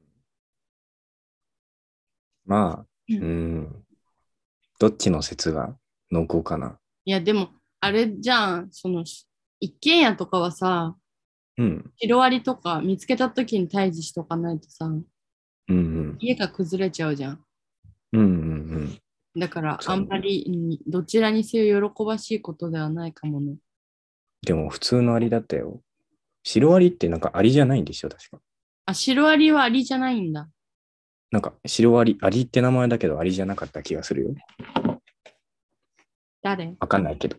[SPEAKER 1] まあ、うん。どっちの説が濃厚かな。
[SPEAKER 2] いやでもあれじゃんその一軒家とかはさ
[SPEAKER 1] うん。
[SPEAKER 2] シロアリとか見つけた時に退治しとかないとさ
[SPEAKER 1] うんうん。
[SPEAKER 2] 家が崩れちゃうじゃん。
[SPEAKER 1] うんうんうん。
[SPEAKER 2] だから、
[SPEAKER 1] そう
[SPEAKER 2] あんまりにどちらにせよ喜ばしいことではないかもね。
[SPEAKER 1] でも普通のアリだったよ。シロアリってなんかアリじゃないんでしょ、確か。
[SPEAKER 2] あ、シロアリはアリじゃないんだ。
[SPEAKER 1] なんか、シロアリ、アリって名前だけど、アリじゃなかった気がするよ。
[SPEAKER 2] 誰
[SPEAKER 1] わかんないけど。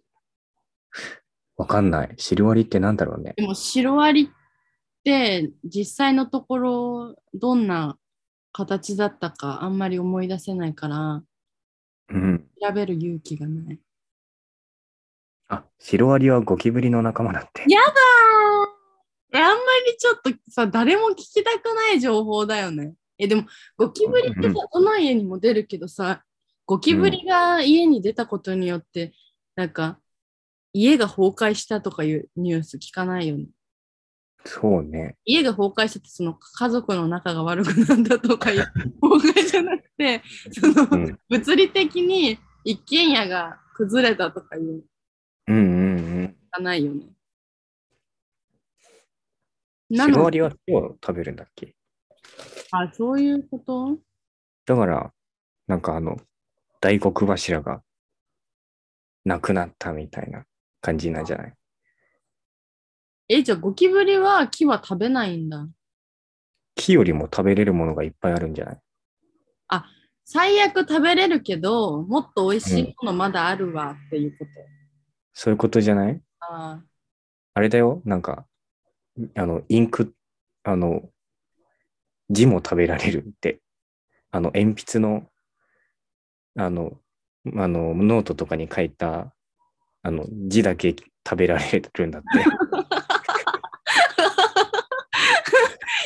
[SPEAKER 1] わかんない。シロアリってなんだろうね。
[SPEAKER 2] でも、シロアリって実際のところ、どんな形だったかあんまり思い出せないから、
[SPEAKER 1] うん。
[SPEAKER 2] 調べる勇気がない。
[SPEAKER 1] あ、シロアリはゴキブリの仲間だって。
[SPEAKER 2] やだーあんまりちょっとさ、誰も聞きたくない情報だよね。え、でも、ゴキブリって
[SPEAKER 1] うん
[SPEAKER 2] さ、どの家にも出るけどさ、ゴキブリが家に出たことによって、なんか、家が崩壊したとかいうニュース聞かないよね。
[SPEAKER 1] そうね。
[SPEAKER 2] 家が崩壊したって、その家族の仲が悪くなったとかいう崩壊じゃなくて、その、
[SPEAKER 1] うん。
[SPEAKER 2] 物理的に一軒家が崩れたとかいうの聞
[SPEAKER 1] うんうんうん。
[SPEAKER 2] かないよね。な
[SPEAKER 1] シ
[SPEAKER 2] ので
[SPEAKER 1] ロアリは今日食べるんだっけ
[SPEAKER 2] あ、そういうこと
[SPEAKER 1] だから、なんかあの、大黒柱がなくなったみたいな感じなんじゃない
[SPEAKER 2] え、じゃあゴキブリは木は食べないんだ。
[SPEAKER 1] 木よりも食べれるものがいっぱいあるんじゃない
[SPEAKER 2] 最悪食べれるけど、もっと美味しいものまだあるわっていうこと。
[SPEAKER 1] そういうことじゃない
[SPEAKER 2] あー
[SPEAKER 1] あれだよ、なんか、あの、インク、あの、字も食べられるって、あの、鉛筆の、あの、あの、ノートとかに書いた、あの、字だけ食べられるんだって。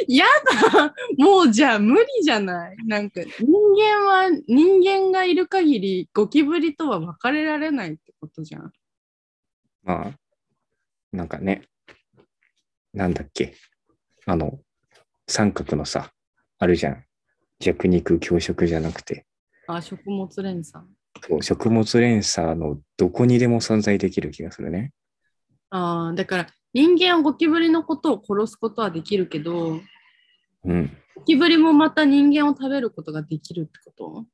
[SPEAKER 2] やだ もうじゃあ無理じゃないなんか人間は人間がいる限りゴキブリとは別れられないってことじゃん。
[SPEAKER 1] まあ、なんかね、なんだっけ、あの、三角のさ、あるじゃん。弱肉強食じゃなくて、
[SPEAKER 2] あ、食物連鎖。
[SPEAKER 1] そう食物連鎖のどこにでも存在できる気がするね。
[SPEAKER 2] ああ、だから人間はゴキブリのことを殺すことはできるけど、
[SPEAKER 1] うん。
[SPEAKER 2] ゴキブリもまた人間を食べることができるってこと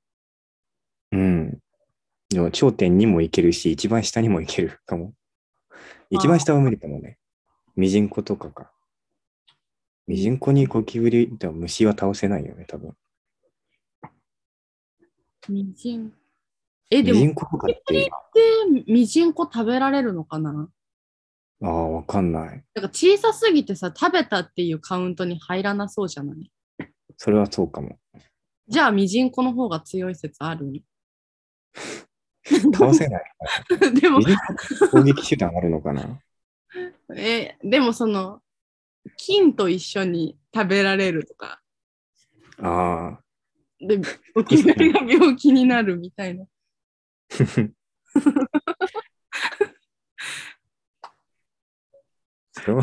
[SPEAKER 1] うん。でも頂点にも行けるし、一番下にも行ける かも。一番下は無理かもね。ミジンコとかか。ミジンコにゴキブリ、でも虫は倒せないよね、多分。
[SPEAKER 2] ミジン。え、
[SPEAKER 1] ミ
[SPEAKER 2] で
[SPEAKER 1] ジ
[SPEAKER 2] も
[SPEAKER 1] ンコとかって、
[SPEAKER 2] ミジンコ食べられるのかな
[SPEAKER 1] ああ、わかんない。
[SPEAKER 2] なんか小さすぎてさ、食べたっていうカウントに入らなそうじゃない
[SPEAKER 1] それはそうかも。
[SPEAKER 2] じゃあミジンコの方が強い説ある
[SPEAKER 1] 倒せない。
[SPEAKER 2] でも
[SPEAKER 1] ミ、ジンコ攻撃手段あるのかな
[SPEAKER 2] え、でもその、菌と一緒に食べられるとか、
[SPEAKER 1] ああ。
[SPEAKER 2] で、ゴキブリが病気になるみたいな。
[SPEAKER 1] それは、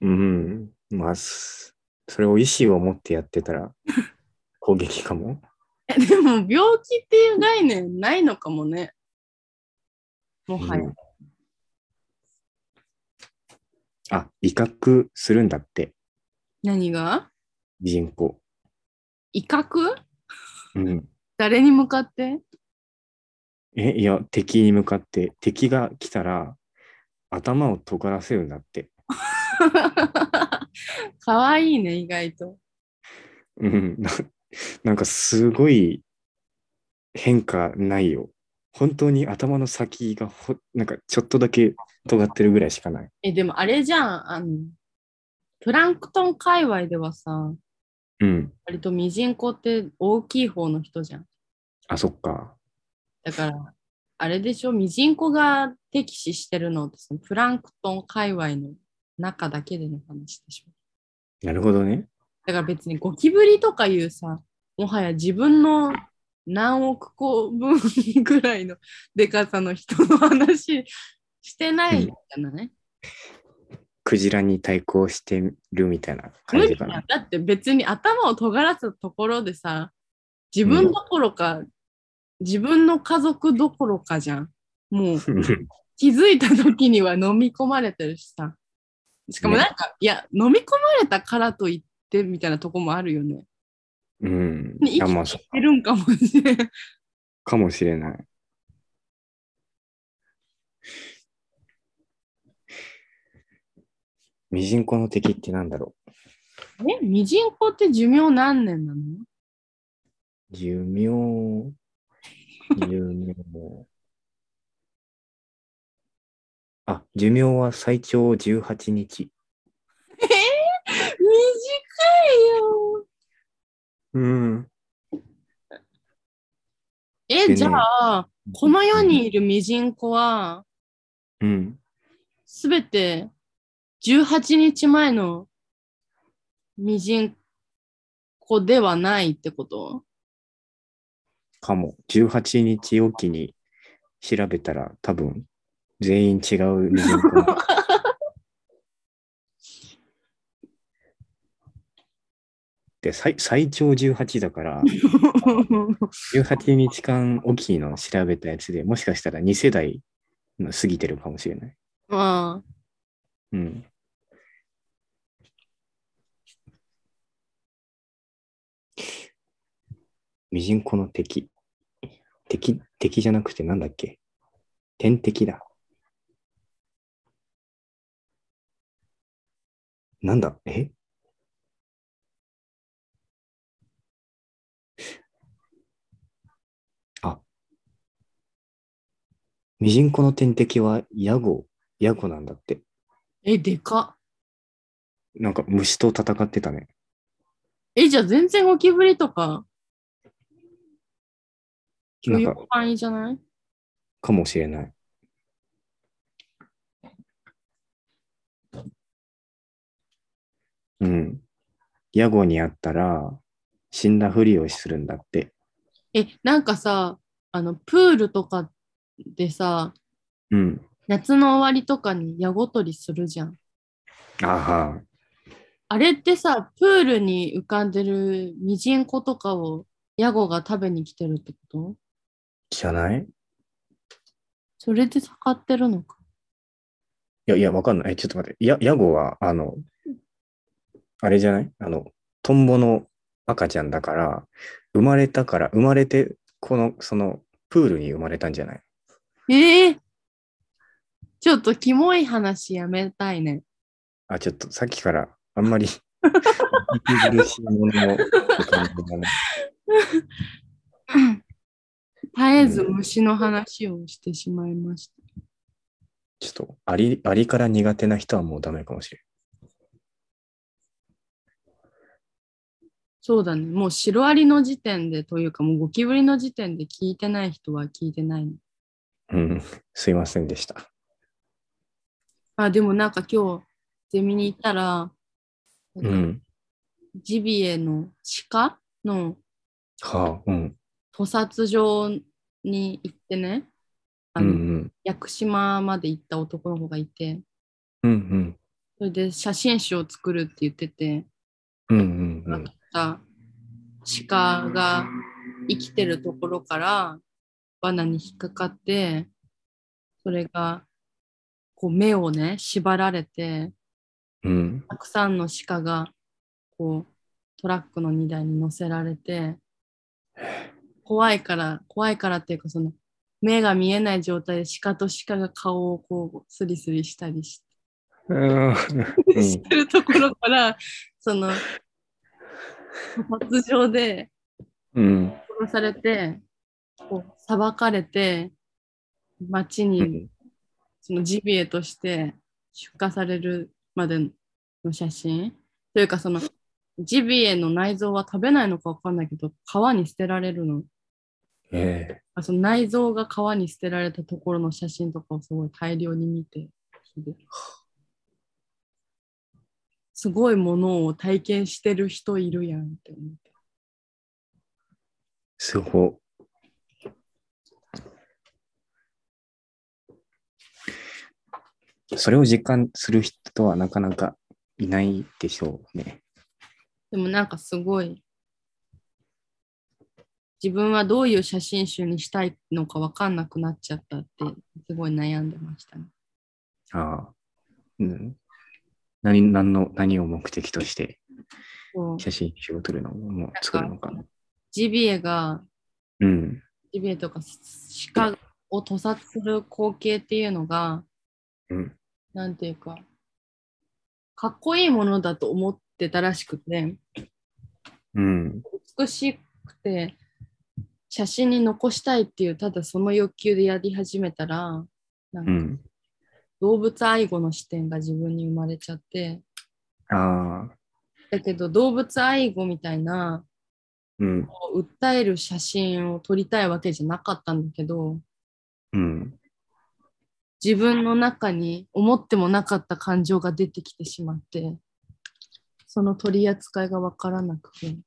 [SPEAKER 1] うん、まあ、すそれを意思を持ってやってた ら攻撃かも。
[SPEAKER 2] えでも病気っていう概念ないのかもね。もはや。
[SPEAKER 1] うんあ、威嚇するんだって、
[SPEAKER 2] 何が
[SPEAKER 1] 人口。
[SPEAKER 2] 威嚇
[SPEAKER 1] うん。
[SPEAKER 2] 誰に向かって
[SPEAKER 1] え、いや、敵に向かって、敵が来たら、頭を尖らせるんだって。
[SPEAKER 2] かわいいね、意外と。
[SPEAKER 1] うん。 ななんか、すごい変化ないよ。本当に頭の先がほ、なんか、ちょっとだけ尖ってるぐらいしかない。
[SPEAKER 2] え、でもあれじゃん、あの、プランクトン界隈ではさ、
[SPEAKER 1] うん。
[SPEAKER 2] 割とミジンコって大きい方の人じゃん。
[SPEAKER 1] あ、そっか。
[SPEAKER 2] だから、あれでしょ、ミジンコが敵視してるのって、そのプランクトン界隈の中だけでの話でしょ。
[SPEAKER 1] なるほどね。
[SPEAKER 2] だから別にゴキブリとかいうさ、もはや自分の何億個分ぐらいのでかさの人の話してないじゃない、
[SPEAKER 1] クジラに対抗してるみたいな感
[SPEAKER 2] 無
[SPEAKER 1] じ
[SPEAKER 2] 理
[SPEAKER 1] かな
[SPEAKER 2] だ。だって別に頭を尖らすところでさ、自分どころか、自分の家族どころかじゃん。もう気づいた時には飲み込まれてるしさ。しかもなんか、いや、飲み込まれたからといってみたいなとこもあるよね。
[SPEAKER 1] うん。
[SPEAKER 2] ね
[SPEAKER 1] いや、まあ、そ
[SPEAKER 2] いるんかもしれん。
[SPEAKER 1] かもしれない。ミジンコの敵ってなんだろ
[SPEAKER 2] え、ミジンコって寿命何年なの
[SPEAKER 1] う寿命、寿命。あ、寿命は最長18日。
[SPEAKER 2] えー、短
[SPEAKER 1] うん。
[SPEAKER 2] い
[SPEAKER 1] で
[SPEAKER 2] よ。え、
[SPEAKER 1] ね
[SPEAKER 2] じゃあ、この世にいるミジンコは、
[SPEAKER 1] うん。
[SPEAKER 2] すべて18日前のミジンコではないって こと
[SPEAKER 1] かも。18日おきに調べたら多分全員違うミジンコので最、最長18だから、18日間おきの調べたやつでもしかしたら2世代の過ぎてるかもしれない。
[SPEAKER 2] まあ、
[SPEAKER 1] うん。ミジンコの敵。敵、敵じゃなくてなんだっけ天敵だ。なんだえあ。ミジンコの天敵はヤゴ、ヤゴなんだって。
[SPEAKER 2] え、でかっ。
[SPEAKER 1] なんか虫と戦ってたね。
[SPEAKER 2] え、じゃあ全然ゴキブリとか、
[SPEAKER 1] な
[SPEAKER 2] 許
[SPEAKER 1] ん
[SPEAKER 2] 容
[SPEAKER 1] か
[SPEAKER 2] 範囲じゃない
[SPEAKER 1] かもしれない。うん。屋号にあったら、死んだふりをするんだって。
[SPEAKER 2] え、なんかさ、あの、プールとかでさ、
[SPEAKER 1] うん。
[SPEAKER 2] 夏の終わりとかに矢ごとりするじゃん。
[SPEAKER 1] あは。
[SPEAKER 2] あれってさ、プールに浮かんでるミジンコとかをヤゴが食べに来てるってこと
[SPEAKER 1] じゃないい
[SPEAKER 2] それで使ってるのか。
[SPEAKER 1] や、いや、わかんない。え、ちょっと待って。や、ヤゴは、あの、あれじゃないあの、トンボの赤ちゃんだから、生まれたから、生まれて、この、その、プールに生まれたんじゃない
[SPEAKER 2] ええちょっとキモい話やめたいね。
[SPEAKER 1] あ、ちょっとさっきからあんまり息苦しいものを感じがね
[SPEAKER 2] 絶えず虫の話をしてしまいました。
[SPEAKER 1] ちょっとアリ、アリから苦手な人はもうダメかもしれ
[SPEAKER 2] そうだね。もうシロアリの時点でというか、もうゴキブリの時点で聞いてない人は聞いてないね、
[SPEAKER 1] ん。うん、すいませんでした。
[SPEAKER 2] あ、でもなんか今日ゼミに行ったら、
[SPEAKER 1] う、ん。
[SPEAKER 2] ジビエの鹿の
[SPEAKER 1] はあ、うん。
[SPEAKER 2] 屠殺場に行ってね、あ
[SPEAKER 1] うん
[SPEAKER 2] の
[SPEAKER 1] うん。
[SPEAKER 2] 屋久島まで行った男の子がいて、
[SPEAKER 1] うん
[SPEAKER 2] それで写真集を作るって言ってて、
[SPEAKER 1] うん。うんうんうん。
[SPEAKER 2] さ鹿が生きてるところから罠に引っかかって、それがこう目をね、縛られて、
[SPEAKER 1] うん。
[SPEAKER 2] たくさんの鹿がこうトラックの荷台に乗せられて怖いから怖いからっていうかその目が見えない状態で鹿と鹿が顔をこうスリスリしたりし
[SPEAKER 1] うん。
[SPEAKER 2] て、るところからその発情で
[SPEAKER 1] うん。
[SPEAKER 2] 殺されてこう裁かれて町
[SPEAKER 1] う
[SPEAKER 2] に
[SPEAKER 1] ん。
[SPEAKER 2] そのジビエとして出荷されるまでの写真というかそのジビエの内臓は食べないのかわかんないけど皮に捨てられるの
[SPEAKER 1] ええ
[SPEAKER 2] あその内臓が皮に捨てられたところの写真とかをすごい大量に見てすごいものを体験してる人いるやんって思って
[SPEAKER 1] すご。それを実感する人はなかなかいないでしょうね。
[SPEAKER 2] でもなんかすごい自分はどういう写真集にしたいのかわかんなくなっちゃったってすごい悩んでましたね
[SPEAKER 1] ああ。うん。何、何の、何を目的として
[SPEAKER 2] こう
[SPEAKER 1] 写真集を撮るのもう作るのか。
[SPEAKER 2] ジビエが、
[SPEAKER 1] うん。
[SPEAKER 2] ジビエとか鹿を屠殺する光景っていうのが、
[SPEAKER 1] うん。
[SPEAKER 2] なんていうか、かっこいいものだと思ってたらしくて、
[SPEAKER 1] うん。
[SPEAKER 2] 美しくて、写真に残したいっていう、ただその欲求でやり始めたら、なん
[SPEAKER 1] う
[SPEAKER 2] か
[SPEAKER 1] ん。
[SPEAKER 2] 動物愛護の視点が自分に生まれちゃって、
[SPEAKER 1] ああ。
[SPEAKER 2] だけど動物愛護みたいな、
[SPEAKER 1] うん。
[SPEAKER 2] こう訴える写真を撮りたいわけじゃなかったんだけど、
[SPEAKER 1] うん。
[SPEAKER 2] 自分の中に思ってもなかった感情が出てきてしまってその取り扱いが分からなくて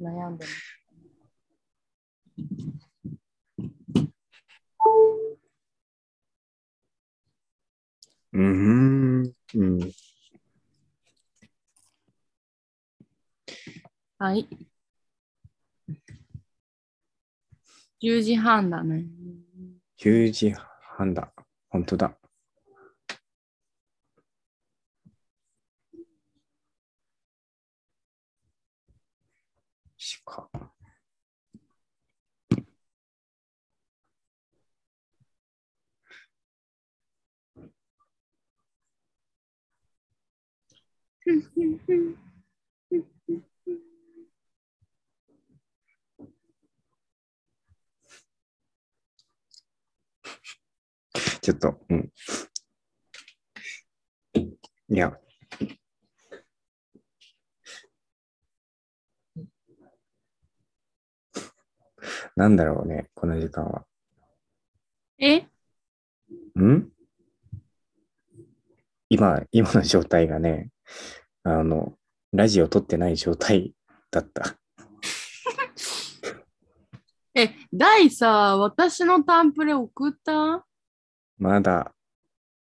[SPEAKER 2] 悩んでます
[SPEAKER 1] うん。うん。
[SPEAKER 2] はい10時半だね
[SPEAKER 1] 9時半だ。本当だ。しか。ちょっと、うん。いや。なんだろうね、この時間は。
[SPEAKER 2] え
[SPEAKER 1] ん今、今の状態がね、あの、ラジオ撮ってない状態だった。
[SPEAKER 2] え、大さ、私のタンプレ送った
[SPEAKER 1] まだ、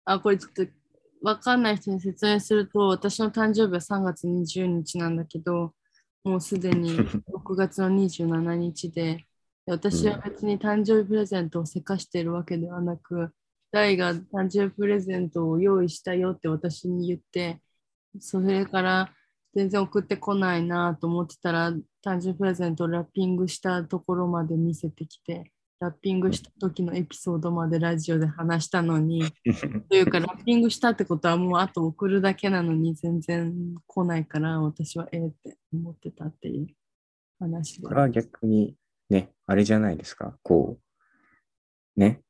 [SPEAKER 2] あ、これちょっとわかんない人に説明すると、私の誕生日は3月20日なんだけど、もうすでに6月の27日で、で私は別に誕生日プレゼントをせかしてるわけではなく、大が誕生日プレゼントを用意したよって私に言って、それから全然送ってこないなと思ってたら、誕生日プレゼントをラッピングしたところまで見せてきて、ラッピングした時のエピソードまでラジオで話したのに、というか、ラッピングしたってことはもうあと送るだけなのに全然来ないから私はええって思ってたっていう話で
[SPEAKER 1] こ。れは逆に、ね、あれじゃないですか。こう、ね、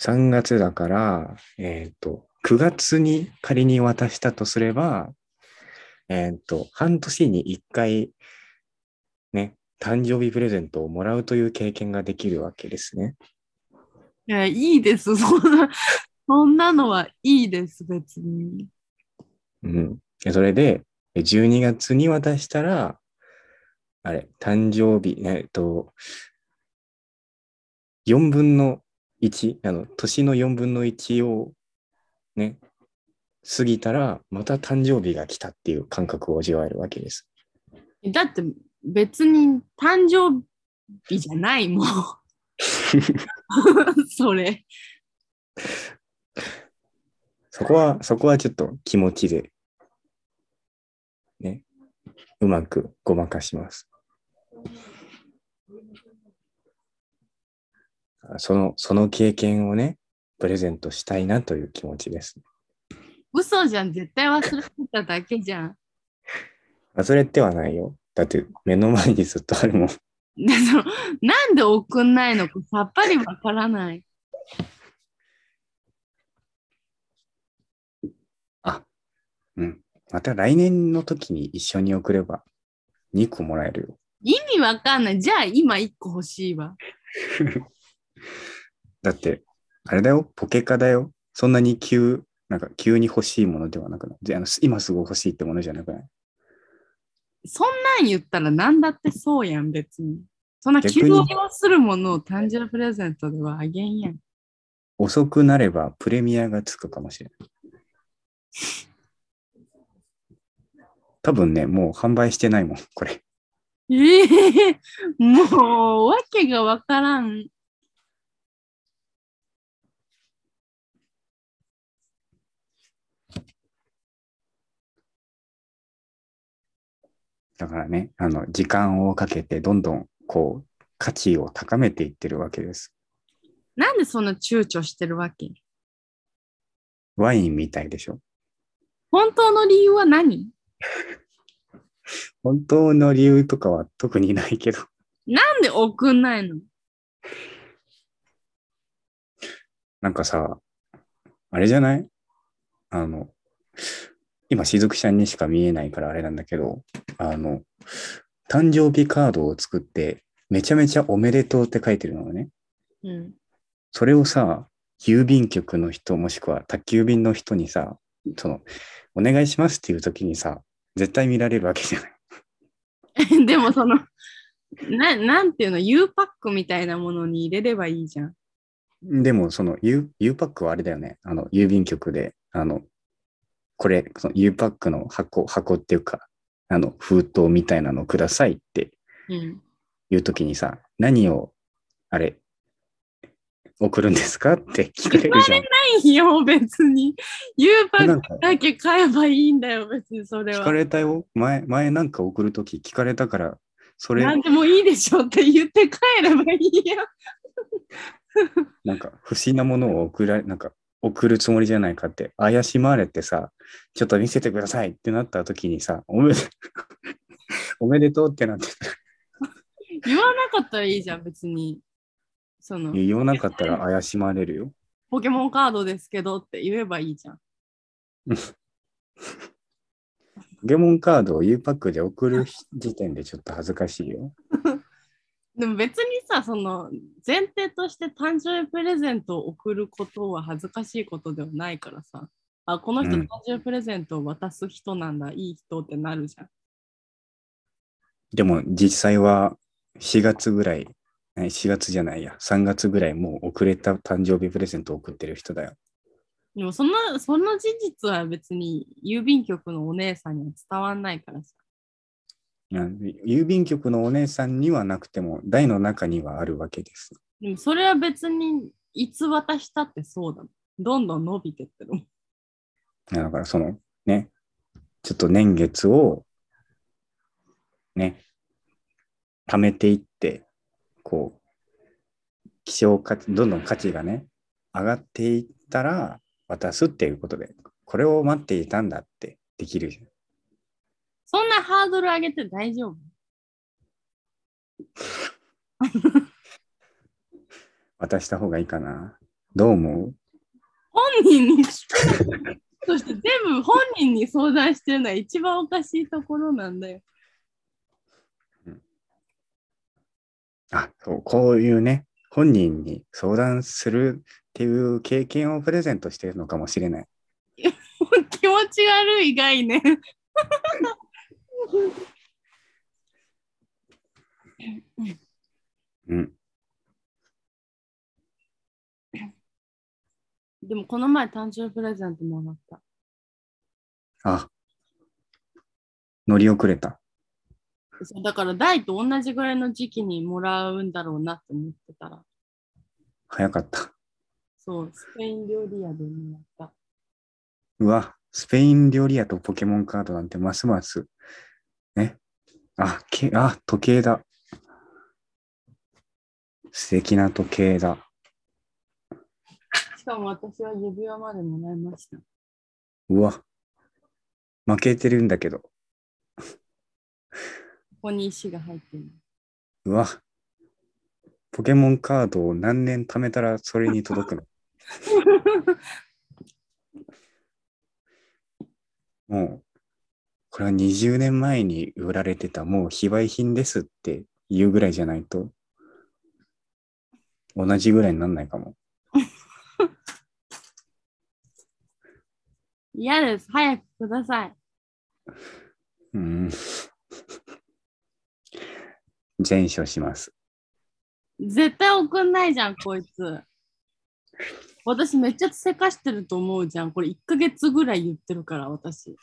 [SPEAKER 1] 3月だから、えっ、と、9月に仮に渡したとすれば、えっ、と、半年に1回、ね、誕生日プレゼントをもらうという経験ができるわけですね。
[SPEAKER 2] いや、いいです。そんな、そんなのはいいです、別に。
[SPEAKER 1] うん。でそれで、12月に渡したら、あれ、誕生日、えっと、4分の1、あの、年の4分の1を、ね、過ぎたら、また誕生日が来たっていう感覚を味わえるわけです。
[SPEAKER 2] だって別に誕生日じゃないもん。それ。
[SPEAKER 1] そこは、そこはちょっと気持ちで、ね、うまくごまかします。あその、その経験をね、プレゼントしたいなという気持ちです。
[SPEAKER 2] 嘘じゃん、絶対忘れてただけじゃん。
[SPEAKER 1] 忘れてはないよ。だって目の前にずっとあるもん。
[SPEAKER 2] でそのなんで送んないのかさっぱりわからない。
[SPEAKER 1] うん。また来年の時に一緒に送れば2個もらえるよ。
[SPEAKER 2] 意味わかんない。じゃあ今1個欲しいわ。
[SPEAKER 1] だって、あれだよ、ポケカだよ。そんなに急、なんか急に欲しいものではなくない。であのす今すぐ欲しいってものじゃなくない。
[SPEAKER 2] そんなん言ったら何だってそうやん、別に。そんな
[SPEAKER 1] 逆に
[SPEAKER 2] 急を要するものを誕生日プレゼントではあげんやん。
[SPEAKER 1] 遅くなればプレミアがつくかもしれない。多分ね、もう販売してないもん、これ。
[SPEAKER 2] ええもう、わけがわからん。
[SPEAKER 1] だからね、あの、時間をかけてどんどん、こう、価値を高めていってるわけです。
[SPEAKER 2] なんでそんな躊躇してるわけ
[SPEAKER 1] ワインみたいでしょ。
[SPEAKER 2] 本当の理由は何
[SPEAKER 1] 本当の理由とかは特にないけど、
[SPEAKER 2] なんで送んないの
[SPEAKER 1] なんかさ、あれじゃないあの、今、雫ちゃんにしか見えないからあれなんだけど、あの、誕生日カードを作って、めちゃめちゃおめでとうって書いてるのがね、
[SPEAKER 2] うん。
[SPEAKER 1] それをさ、郵便局の人もしくは宅急便の人にさ、その、お願いしますっていう時にさ、絶対見られるわけじゃない。
[SPEAKER 2] でもその、ななんていうの、U パックみたいなものに入れればいいじゃん。
[SPEAKER 1] でも、その U、U パックはあれだよね。あの、郵便局で、あの、これ、その U パックの箱、箱っていうか、あの、封筒みたいなのくださいって
[SPEAKER 2] うん。
[SPEAKER 1] いう時にさ、何を、あれ、送るんですかって聞かれるじゃん。
[SPEAKER 2] ないよ、別に。U パッ
[SPEAKER 1] なん
[SPEAKER 2] ク
[SPEAKER 1] か、
[SPEAKER 2] だけ買えばいいんだよ、別にそれ
[SPEAKER 1] 聞か
[SPEAKER 2] は。
[SPEAKER 1] れたよ。前、前なんか送る時聞かれたから、それ、
[SPEAKER 2] なんでもいいでしょって言って帰ればいいよ。
[SPEAKER 1] なんか不審なものを送らなんか送るつもりじゃないかって怪しまれてさ、ちょっと見せてくださいってなった時にさ、おめで おめでとうってなって
[SPEAKER 2] 言わなかったらいいじゃん、別に。その、
[SPEAKER 1] 言わなかったら怪しまれるよ。
[SPEAKER 2] ポケモンカードですけどって言えばいいじゃん。
[SPEAKER 1] ポケモンカードを U パックで送る時点でちょっと恥ずかしいよ。
[SPEAKER 2] でも別にさ、その、前提として誕生日プレゼントを送ることは恥ずかしいことではないからさ。あ、この人
[SPEAKER 1] うん
[SPEAKER 2] 誕生日プレゼントを渡す人なんだ、いい人ってなるじゃん。
[SPEAKER 1] でも実際は4月ぐらい、え4月じゃないや、3月ぐらいもう遅れた誕生日プレゼントを送ってる人だよ。
[SPEAKER 2] でもそんな、その事実は別に郵便局のお姉さんには伝わんないからさ。
[SPEAKER 1] いや郵便局のお姉さんにはなくても、台の中にはあるわけです。
[SPEAKER 2] でもそれは別にいつ渡したってそうだもん。どんどん伸びてってるもん。
[SPEAKER 1] だからそのね、ちょっと年月をね、貯めていって、こう、希少価値、どんどん価値がね、上がっていったら渡すっていうことで、これを待っていたんだってできるじゃん。
[SPEAKER 2] そんなハードル上げて大丈夫
[SPEAKER 1] 渡した方がいいかな。どう思う
[SPEAKER 2] 本人に聞かないそして全部本人に相談してるのは一番おかしいところなんだよ。
[SPEAKER 1] あそう、こういうね、本人に相談するっていう経験をプレゼントしてるのかもしれない。
[SPEAKER 2] 気持ち悪い概念。
[SPEAKER 1] うん。
[SPEAKER 2] でもこの前誕生日プレゼントもらった。
[SPEAKER 1] あ、乗り遅れた。
[SPEAKER 2] そうだから大と同じぐらいの時期にもらうんだろうなって思ってたら、
[SPEAKER 1] 早かった。
[SPEAKER 2] そう、スペイン料理屋でもらった。
[SPEAKER 1] うわ、スペイン料理屋とポケモンカードなんてますます。ね。あ、けあ時計だ。素敵な時計だ。
[SPEAKER 2] しかも私は指輪までもらいました。
[SPEAKER 1] うわ。負けてるんだけど。
[SPEAKER 2] ここに石が入ってる。
[SPEAKER 1] うわ。ポケモンカードを何年貯めたらそれに届くのもう、これは20年前に売られてたもう非売品ですって言うぐらいじゃないと、同じぐらいになんないかも。
[SPEAKER 2] 嫌です。早くください。
[SPEAKER 1] うん。 全勝します。
[SPEAKER 2] 絶対送んないじゃん、こいつ。私めっちゃせかしてると思うじゃん。これ1ヶ月ぐらい言ってるから、私。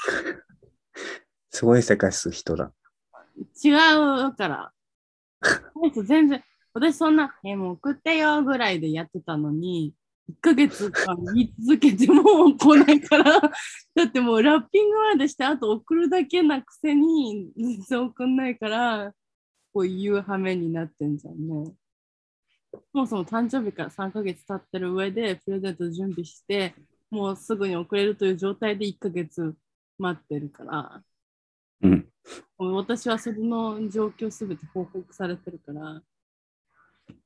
[SPEAKER 1] すごいせかす人だ。
[SPEAKER 2] 違うから。こいつ全然、私そんな、え、もう送ってよぐらいでやってたのに、1ヶ月間言い続けてもう来ないから、 だってもうラッピングまでして、あと送るだけなくせに、全然送んないから、こういう羽目になってんじゃんね。そもそも誕生日から3ヶ月経ってる上で、プレゼント準備して、もうすぐに送れるという状態で1ヶ月待ってるから。
[SPEAKER 1] うん。
[SPEAKER 2] 私はその状況すべて報告されてるから、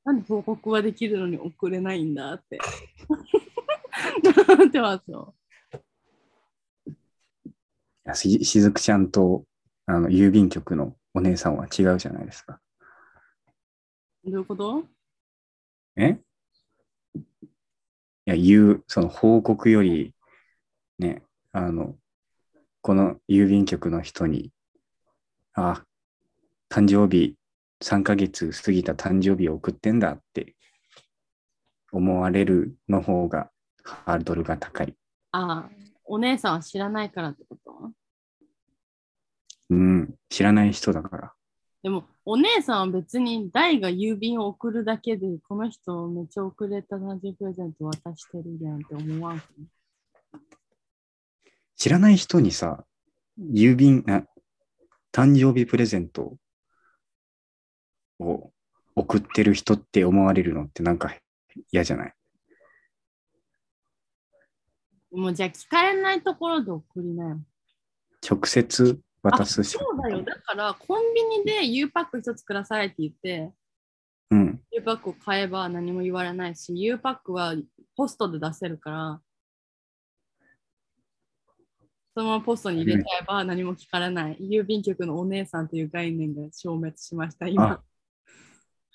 [SPEAKER 2] なんで報告はできるのに送れないんだって。 なんてますよ。
[SPEAKER 1] いやししずくちゃんとあの郵便局のお姉さんは違うじゃないですか。
[SPEAKER 2] どういうこと
[SPEAKER 1] えいや、言う、その報告より、ね、あの、この郵便局の人に、あ、誕生日、3ヶ月過ぎた誕生日を送ってんだって思われるの方がハードルが高い。
[SPEAKER 2] ああ、お姉さんは知らないからってこと
[SPEAKER 1] うん、知らない人だから。
[SPEAKER 2] でも、お姉さんは別に大が郵便を送るだけで、この人めっちゃ遅れた誕生日プレゼント渡してるやんって思わんかな
[SPEAKER 1] 知らない人にさ、郵便、あ誕生日プレゼントを送ってる人って思われるのってなんか嫌じゃない
[SPEAKER 2] もうじゃあ聞かれないところで送りなよ。
[SPEAKER 1] 直接渡すし
[SPEAKER 2] そ
[SPEAKER 1] か
[SPEAKER 2] うだよ。だから、コンビニで U パック一つくださいって言って、
[SPEAKER 1] うん。
[SPEAKER 2] U パックを買えば何も言われないし、U パックはポストで出せるから、そのままポストに入れちゃえば何も聞かれない。郵便局のお姉さんという概念が消滅しました、今
[SPEAKER 1] あ。、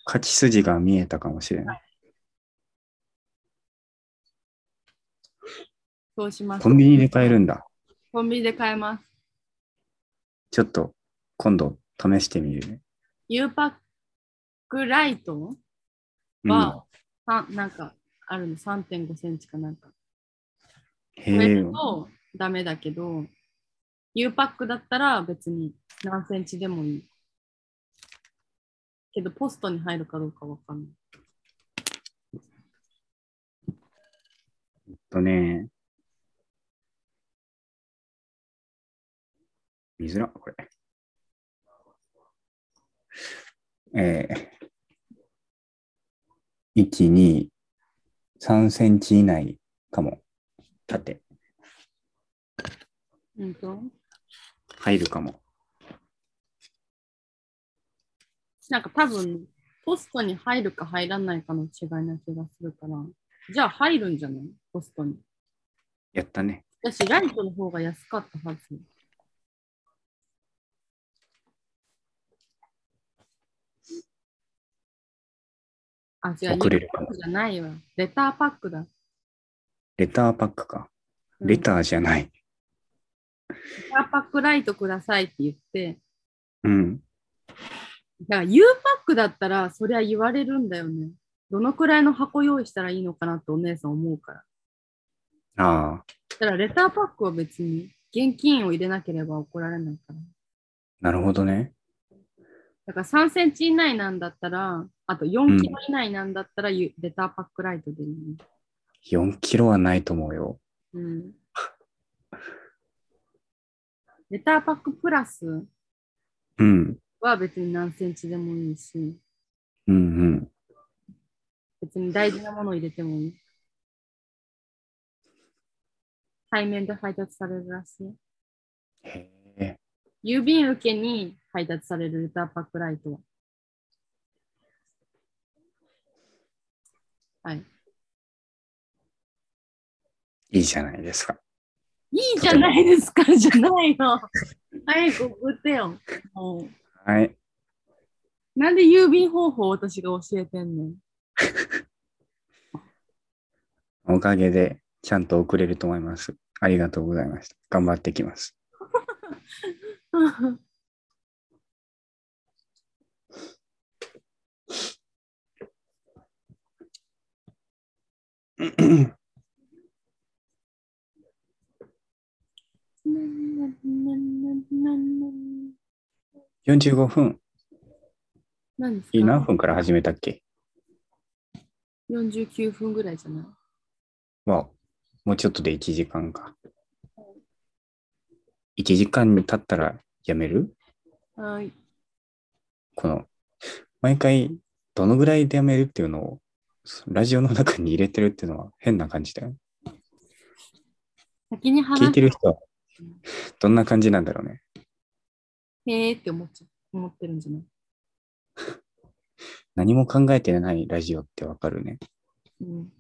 [SPEAKER 1] 勝ち筋が見えたかもしれない。
[SPEAKER 2] そうします
[SPEAKER 1] コ。ンビニで買えるんだ。
[SPEAKER 2] コンビニで買えます。
[SPEAKER 1] ちょっと今度試してみる。
[SPEAKER 2] U パックライト
[SPEAKER 1] うん
[SPEAKER 2] は、さんなんかあるの3.5センチかなんか。
[SPEAKER 1] へ
[SPEAKER 2] 超え
[SPEAKER 1] え
[SPEAKER 2] る、とダメだけど、U パックだったら別に何センチでもいい。けど、ポストに入るかどうかわかんない。
[SPEAKER 1] とね。見づら、これ。えー、1、2、3センチ以内かも。縦。
[SPEAKER 2] うんと
[SPEAKER 1] 入るかも。
[SPEAKER 2] なんか多分、ポストに入るか入らないかの違いな気がするから、じゃあ入るんじゃないポストに。
[SPEAKER 1] やったね。
[SPEAKER 2] だし、ライトの方が安かったはず。あ、違う、
[SPEAKER 1] 遅れるかも
[SPEAKER 2] パックじゃないわ。レターパックだ。
[SPEAKER 1] レターパックか。
[SPEAKER 2] うん
[SPEAKER 1] レターじゃない。
[SPEAKER 2] レターパックライトくださいって言って、
[SPEAKER 1] うん。
[SPEAKER 2] だから U パックだったら、そりゃ言われるんだよね。どのくらいの箱用意したらいいのかなってお姉さん思うから。
[SPEAKER 1] ああ、
[SPEAKER 2] だからレターパックは別に現金を入れなければ怒られないから。
[SPEAKER 1] なるほどね。
[SPEAKER 2] だから3センチ以内なんだったら、あと4キロ以内なんだったら、ゆレターパックライトでいい、
[SPEAKER 1] 4キロはないと思うよ。
[SPEAKER 2] うん。レターパックプラス
[SPEAKER 1] うん。
[SPEAKER 2] は別に何センチでもいいし、
[SPEAKER 1] うんうん。
[SPEAKER 2] 別に大事なものを入れてもいい。対面で配達されるらし
[SPEAKER 1] へえ。
[SPEAKER 2] い。郵便受けに配達されるレターパックライトは。はい。
[SPEAKER 1] いいじゃないですか。
[SPEAKER 2] いいじゃないです か、じゃないの。早く送ってよ。も
[SPEAKER 1] はい。
[SPEAKER 2] うなんで郵便方法を私が教えてん ねん。
[SPEAKER 1] おかげで、ちゃんと送れると思います。ありがとうございました。頑張ってきます。45分。
[SPEAKER 2] 何ですか
[SPEAKER 1] いい何分から始めたっけ
[SPEAKER 2] ?49 分ぐらいじゃない
[SPEAKER 1] まあ、もうちょっとで1時間か。1時間に経ったらやめる
[SPEAKER 2] はい。
[SPEAKER 1] この、毎回、どのぐらいでやめるっていうのを、ラジオの中に入れてるっていうのは変な感じだよ。
[SPEAKER 2] 先に話
[SPEAKER 1] 聞いて
[SPEAKER 2] る
[SPEAKER 1] る人は、どんな感じなんだろうね。
[SPEAKER 2] へーって思っちゃう思ってるんじゃない、
[SPEAKER 1] 何も考えてないラジオってわかるね。
[SPEAKER 2] うん、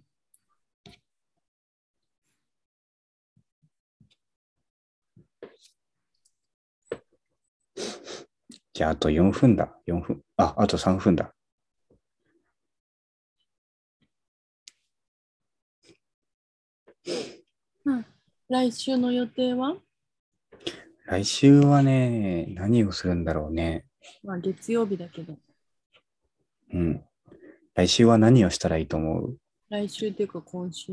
[SPEAKER 1] じゃあ、あと4分だ。4分。あ、あと3分だ。
[SPEAKER 2] 来週の予定は、
[SPEAKER 1] 来週はね、何をするんだろうね。
[SPEAKER 2] まあ、月曜日だけど、
[SPEAKER 1] うん。来週は何をしたらいいと思う
[SPEAKER 2] 来週っていうか今週。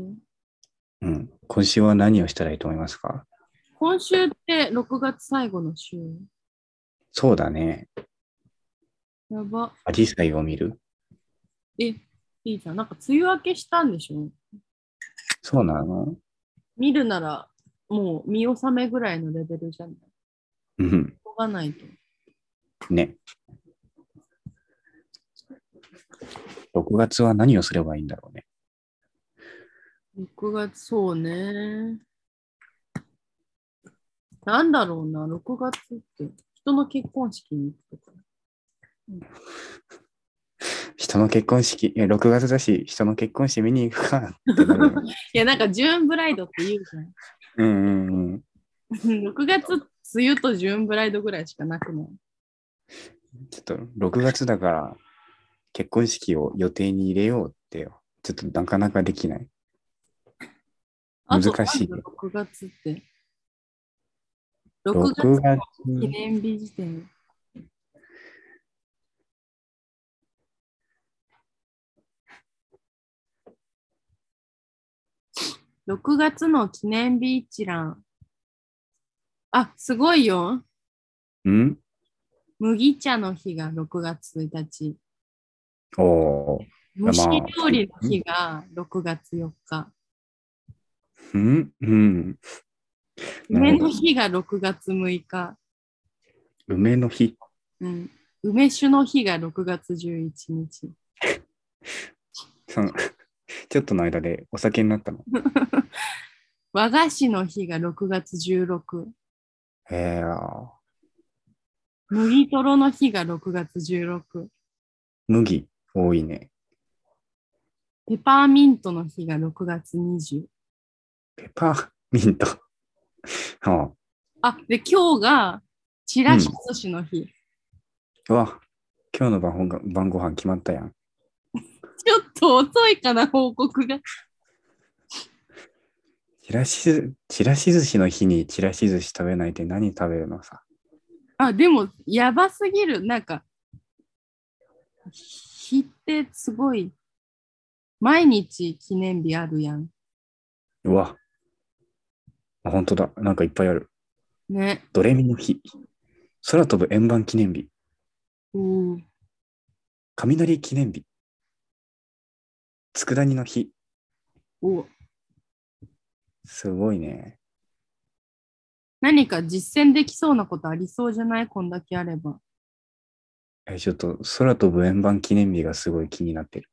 [SPEAKER 1] うん。今週は何をしたらいいと思いますか
[SPEAKER 2] 今週って6月最後の週。
[SPEAKER 1] そうだね。
[SPEAKER 2] やば。
[SPEAKER 1] アジサイを見る。
[SPEAKER 2] え、いいじゃん。なんか梅雨明けしたんでしょ
[SPEAKER 1] そうなの
[SPEAKER 2] 見るならもう見納めぐらいのレベルじゃない。し
[SPEAKER 1] うん。
[SPEAKER 2] ょうがないと。
[SPEAKER 1] ね。6月は何をすればいいんだろうね。
[SPEAKER 2] 6月、そうね。なんだろうな、6月って。人の結婚式に行くとか。
[SPEAKER 1] 人の結婚式、え6月だし、人の結婚式見に行くかってなるよね。
[SPEAKER 2] いや、なんかジューンブライドって言うじ
[SPEAKER 1] うんうんうん。
[SPEAKER 2] ゃん。6月、 梅雨とジューンブライドぐらいしかなくない。
[SPEAKER 1] ちょっと6月だから結婚式を予定に入れようってよ。ちょっとなかなかできない。
[SPEAKER 2] あと
[SPEAKER 1] 難しい
[SPEAKER 2] なんだ6月って。6
[SPEAKER 1] 6
[SPEAKER 2] 月
[SPEAKER 1] 月、
[SPEAKER 2] 記念日時点。 6月の記念日一覧。あ、すごいよ。
[SPEAKER 1] うん
[SPEAKER 2] 麦茶の日が6月1日。
[SPEAKER 1] おお
[SPEAKER 2] 蒸し
[SPEAKER 1] まあ
[SPEAKER 2] 料理の日が6月4日。
[SPEAKER 1] ー。うんうん。なる
[SPEAKER 2] 梅
[SPEAKER 1] ほど
[SPEAKER 2] の日が6月6日。
[SPEAKER 1] 梅の日。
[SPEAKER 2] うん、梅酒の日が6月11日。
[SPEAKER 1] その ちょっとの間でお酒になったの。
[SPEAKER 2] 和菓子の日が6月16。
[SPEAKER 1] へえ。あ
[SPEAKER 2] 麦とろの日が6月16。
[SPEAKER 1] 麦、多いね。
[SPEAKER 2] ペパーミントの日が6月20。
[SPEAKER 1] ペパーミント。 は
[SPEAKER 2] あ、で、今日がチラシ寿司の日。
[SPEAKER 1] あ。うわ、今日の晩ごが晩ご飯決まったやん。
[SPEAKER 2] ちょっと遅いかな、報告が。
[SPEAKER 1] ちらしず、ちらし寿司の日にちらし寿司食べないで何食べるのさ。
[SPEAKER 2] あ、でも、やばすぎる。なんか、日ってすごい、毎日記念日あるやん。
[SPEAKER 1] うわ。あ、本当だ。なんかいっぱいある。
[SPEAKER 2] ね。
[SPEAKER 1] ドレミの日。空飛ぶ円盤記念日。
[SPEAKER 2] うん。
[SPEAKER 1] 雷記念日。佃煮の日。
[SPEAKER 2] お
[SPEAKER 1] すごいね。
[SPEAKER 2] 何か実践できそうなことありそうじゃないこんだけあれば。
[SPEAKER 1] え、ちょっと空飛ぶ円盤記念日がすごい気になってる。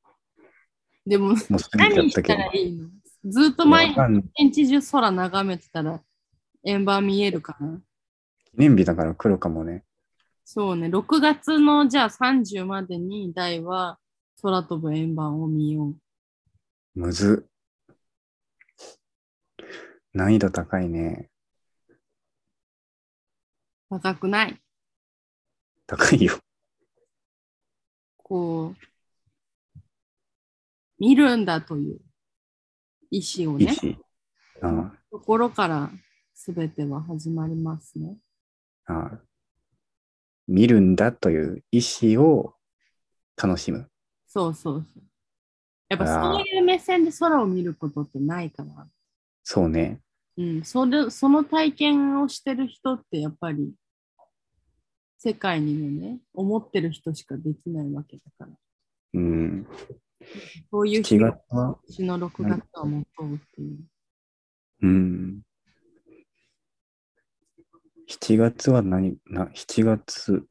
[SPEAKER 2] でも、
[SPEAKER 1] もう過ぎちゃっ
[SPEAKER 2] 何した
[SPEAKER 1] け
[SPEAKER 2] た
[SPEAKER 1] ど。
[SPEAKER 2] らいいのずっと
[SPEAKER 1] わ
[SPEAKER 2] 毎
[SPEAKER 1] かんない
[SPEAKER 2] 日中空眺めてたら、円盤見えるかな
[SPEAKER 1] 記念日だから来るかもね。
[SPEAKER 2] そうね、6月のじゃあ30までに台は空飛ぶ円盤を見よう。
[SPEAKER 1] むずっ。難易度高いね。
[SPEAKER 2] 高くない。
[SPEAKER 1] 高いよ。
[SPEAKER 2] こう、見るんだという意思を
[SPEAKER 1] いい
[SPEAKER 2] ね、
[SPEAKER 1] し。あ
[SPEAKER 2] 心から全ては始まりますね。
[SPEAKER 1] あああ見るんだという意思を楽しむ。
[SPEAKER 2] そうそうそう。やっぱそういう目線で空を見ることってないから。
[SPEAKER 1] そうね。
[SPEAKER 2] うん、それその体験をしてる人ってやっぱり世界にもね思ってる人しかできないわけだから
[SPEAKER 1] うん。
[SPEAKER 2] そうい
[SPEAKER 1] 7
[SPEAKER 2] う人
[SPEAKER 1] 月
[SPEAKER 2] が
[SPEAKER 1] は
[SPEAKER 2] 今年の6月は持とうっていう
[SPEAKER 1] うん。7月は何な、7月。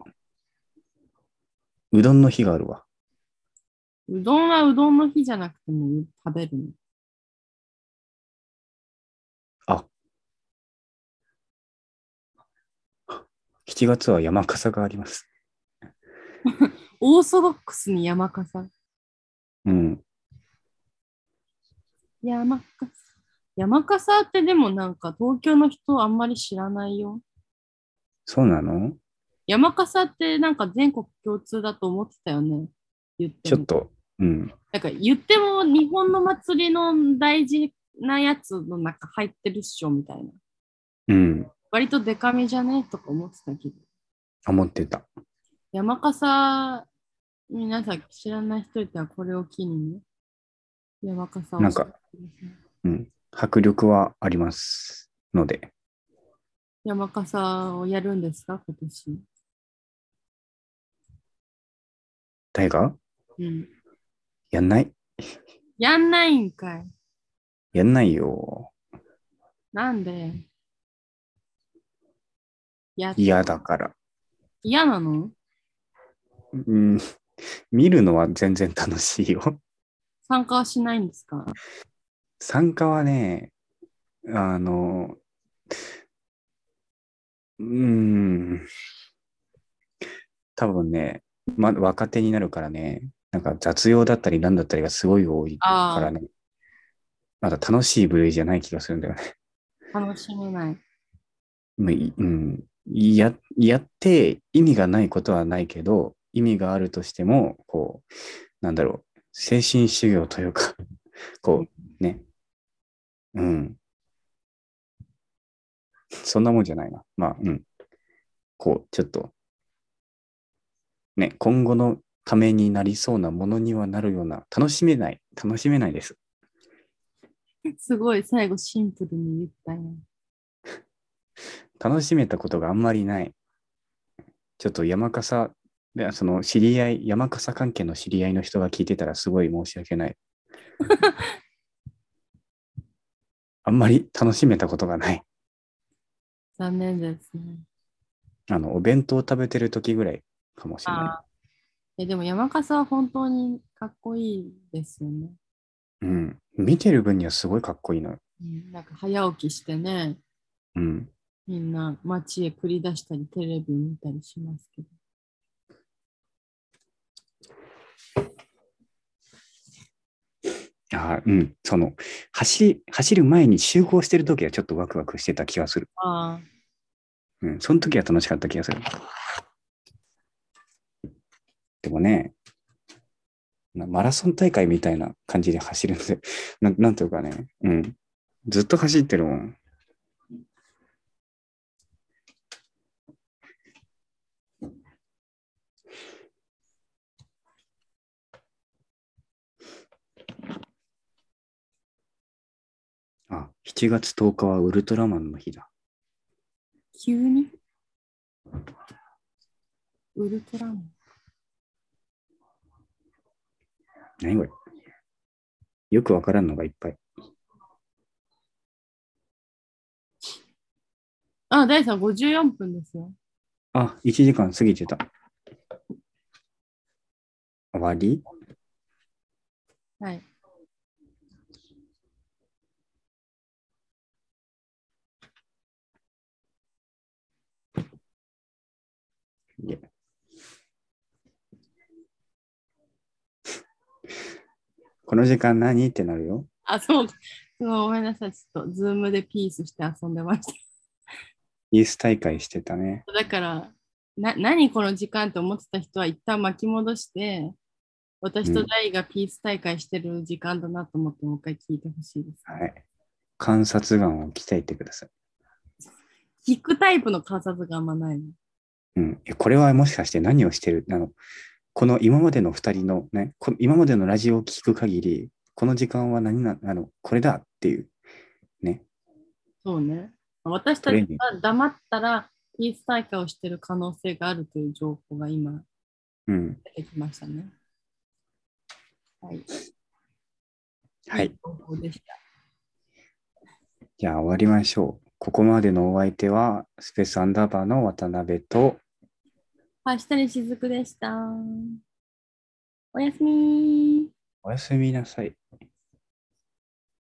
[SPEAKER 1] うどんの日があるわ。
[SPEAKER 2] うどんはうどんの日じゃなくても食べるの
[SPEAKER 1] 7月は山笠があります。
[SPEAKER 2] オーソドックスに山笠
[SPEAKER 1] うん。
[SPEAKER 2] 山笠山笠ってでもなんか東京の人あんまり知らないよ
[SPEAKER 1] そうなの
[SPEAKER 2] 山笠ってなんか全国共通だと思ってたよね言って
[SPEAKER 1] ち
[SPEAKER 2] も
[SPEAKER 1] ょっと、うん。
[SPEAKER 2] なんか言っても日本の祭りの大事なやつの中入ってるっしょみたいな。
[SPEAKER 1] うん。
[SPEAKER 2] 割とデカめじゃねとか思ってたけど。
[SPEAKER 1] あ、持ってた。
[SPEAKER 2] 山笠、皆さん知らない人いたらこれを機にね。山笠を。
[SPEAKER 1] なんか。うん。迫力はありますので。
[SPEAKER 2] 山笠をやるんですか今年。
[SPEAKER 1] 誰が
[SPEAKER 2] うん。
[SPEAKER 1] やんない
[SPEAKER 2] やんないんかい。
[SPEAKER 1] やんないよ。
[SPEAKER 2] なんでや
[SPEAKER 1] 嫌だから。
[SPEAKER 2] 嫌なの
[SPEAKER 1] うん。見るのは全然楽しいよ。
[SPEAKER 2] 参加はしないんですか
[SPEAKER 1] 参加はね、あの、うーん、多分ね、ま、若手になるからね、なんか雑用だったりなんだったりがすごい多い
[SPEAKER 2] ああ
[SPEAKER 1] からね、まだ楽しい部類じゃない気がするんだよね。
[SPEAKER 2] 楽しめない。
[SPEAKER 1] もういうん、ややって意味がないことはないけど、意味があるとしても、こう、なんだろう、精神修行というか、 こう、ね。うん。そんなもんじゃないな。まあ、うん。こう、ちょっと、ね、今後のためになりそうなものにはなるような、楽しめない、楽しめないです。
[SPEAKER 2] すごい、最後シンプルに言ったよ。
[SPEAKER 1] 楽しめたことがあんまりない。ちょっと山笠、でその知り合い、山笠関係の知り合いの人が聞いてたらすごい申し訳ない。あんまり楽しめたことがない。
[SPEAKER 2] 残念ですね。
[SPEAKER 1] あの、お弁当食べてる時ぐらいかもしれな
[SPEAKER 2] あーいやでも山笠は本当にかっこいいですよね。
[SPEAKER 1] い。うん。見てる分にはすごいかっこいいのよ。
[SPEAKER 2] うんなんか早起きしてね、
[SPEAKER 1] うん。
[SPEAKER 2] みんな街へ繰り出したり、テレビ見たりしますけど。
[SPEAKER 1] あーうん。その、走り、走る前に集合してる時はちょっとワクワクしてた気がする。
[SPEAKER 2] ああ、
[SPEAKER 1] うん、その時は楽しかった気がする。でもね、なマラソン大会みたいな感じで走るんで、 ななんていうかね、うん、ずっと走ってるもん。あ、7月10日はウルトラマンの日だ。
[SPEAKER 2] 急にウルトラマン。
[SPEAKER 1] 何これよくわからんのがいっぱい。
[SPEAKER 2] あ、ダイさん54分ですよ。
[SPEAKER 1] あ、1時間過ぎてた。終わり
[SPEAKER 2] はい。
[SPEAKER 1] いや この時間何ってなるよ。
[SPEAKER 2] あ、そう、そうごめんなさい。ちょっと、ズームでピースして遊んでまし
[SPEAKER 1] イース大会してたね。
[SPEAKER 2] た。だから、な何この時間と思ってた人は一旦巻き戻して、私とダイがピース大会してる時間だなと思って、もう一回聞いてほしいです。
[SPEAKER 1] はい。観察眼を鍛えてください。
[SPEAKER 2] 聞くタイプの観察があんまないの。
[SPEAKER 1] うん。えこれはもしかして何をしてるあの、この今までの2人のね、こ今までのラジオを聞く限り、この時間は何な、あの、これだっていう
[SPEAKER 2] そうね。私た
[SPEAKER 1] トレー
[SPEAKER 2] ち
[SPEAKER 1] ニング
[SPEAKER 2] が黙ったら、ピース大会をしてる可能性があるという情報が今
[SPEAKER 1] うん。
[SPEAKER 2] 出てきましたね。はい。
[SPEAKER 1] はい。。
[SPEAKER 2] でした。
[SPEAKER 1] じゃあ終わりましょう。ここまでのお相手は、スペースアンダーバーの渡辺と、
[SPEAKER 2] 明日にしずくでした。おやすみ
[SPEAKER 1] おやすみなさい。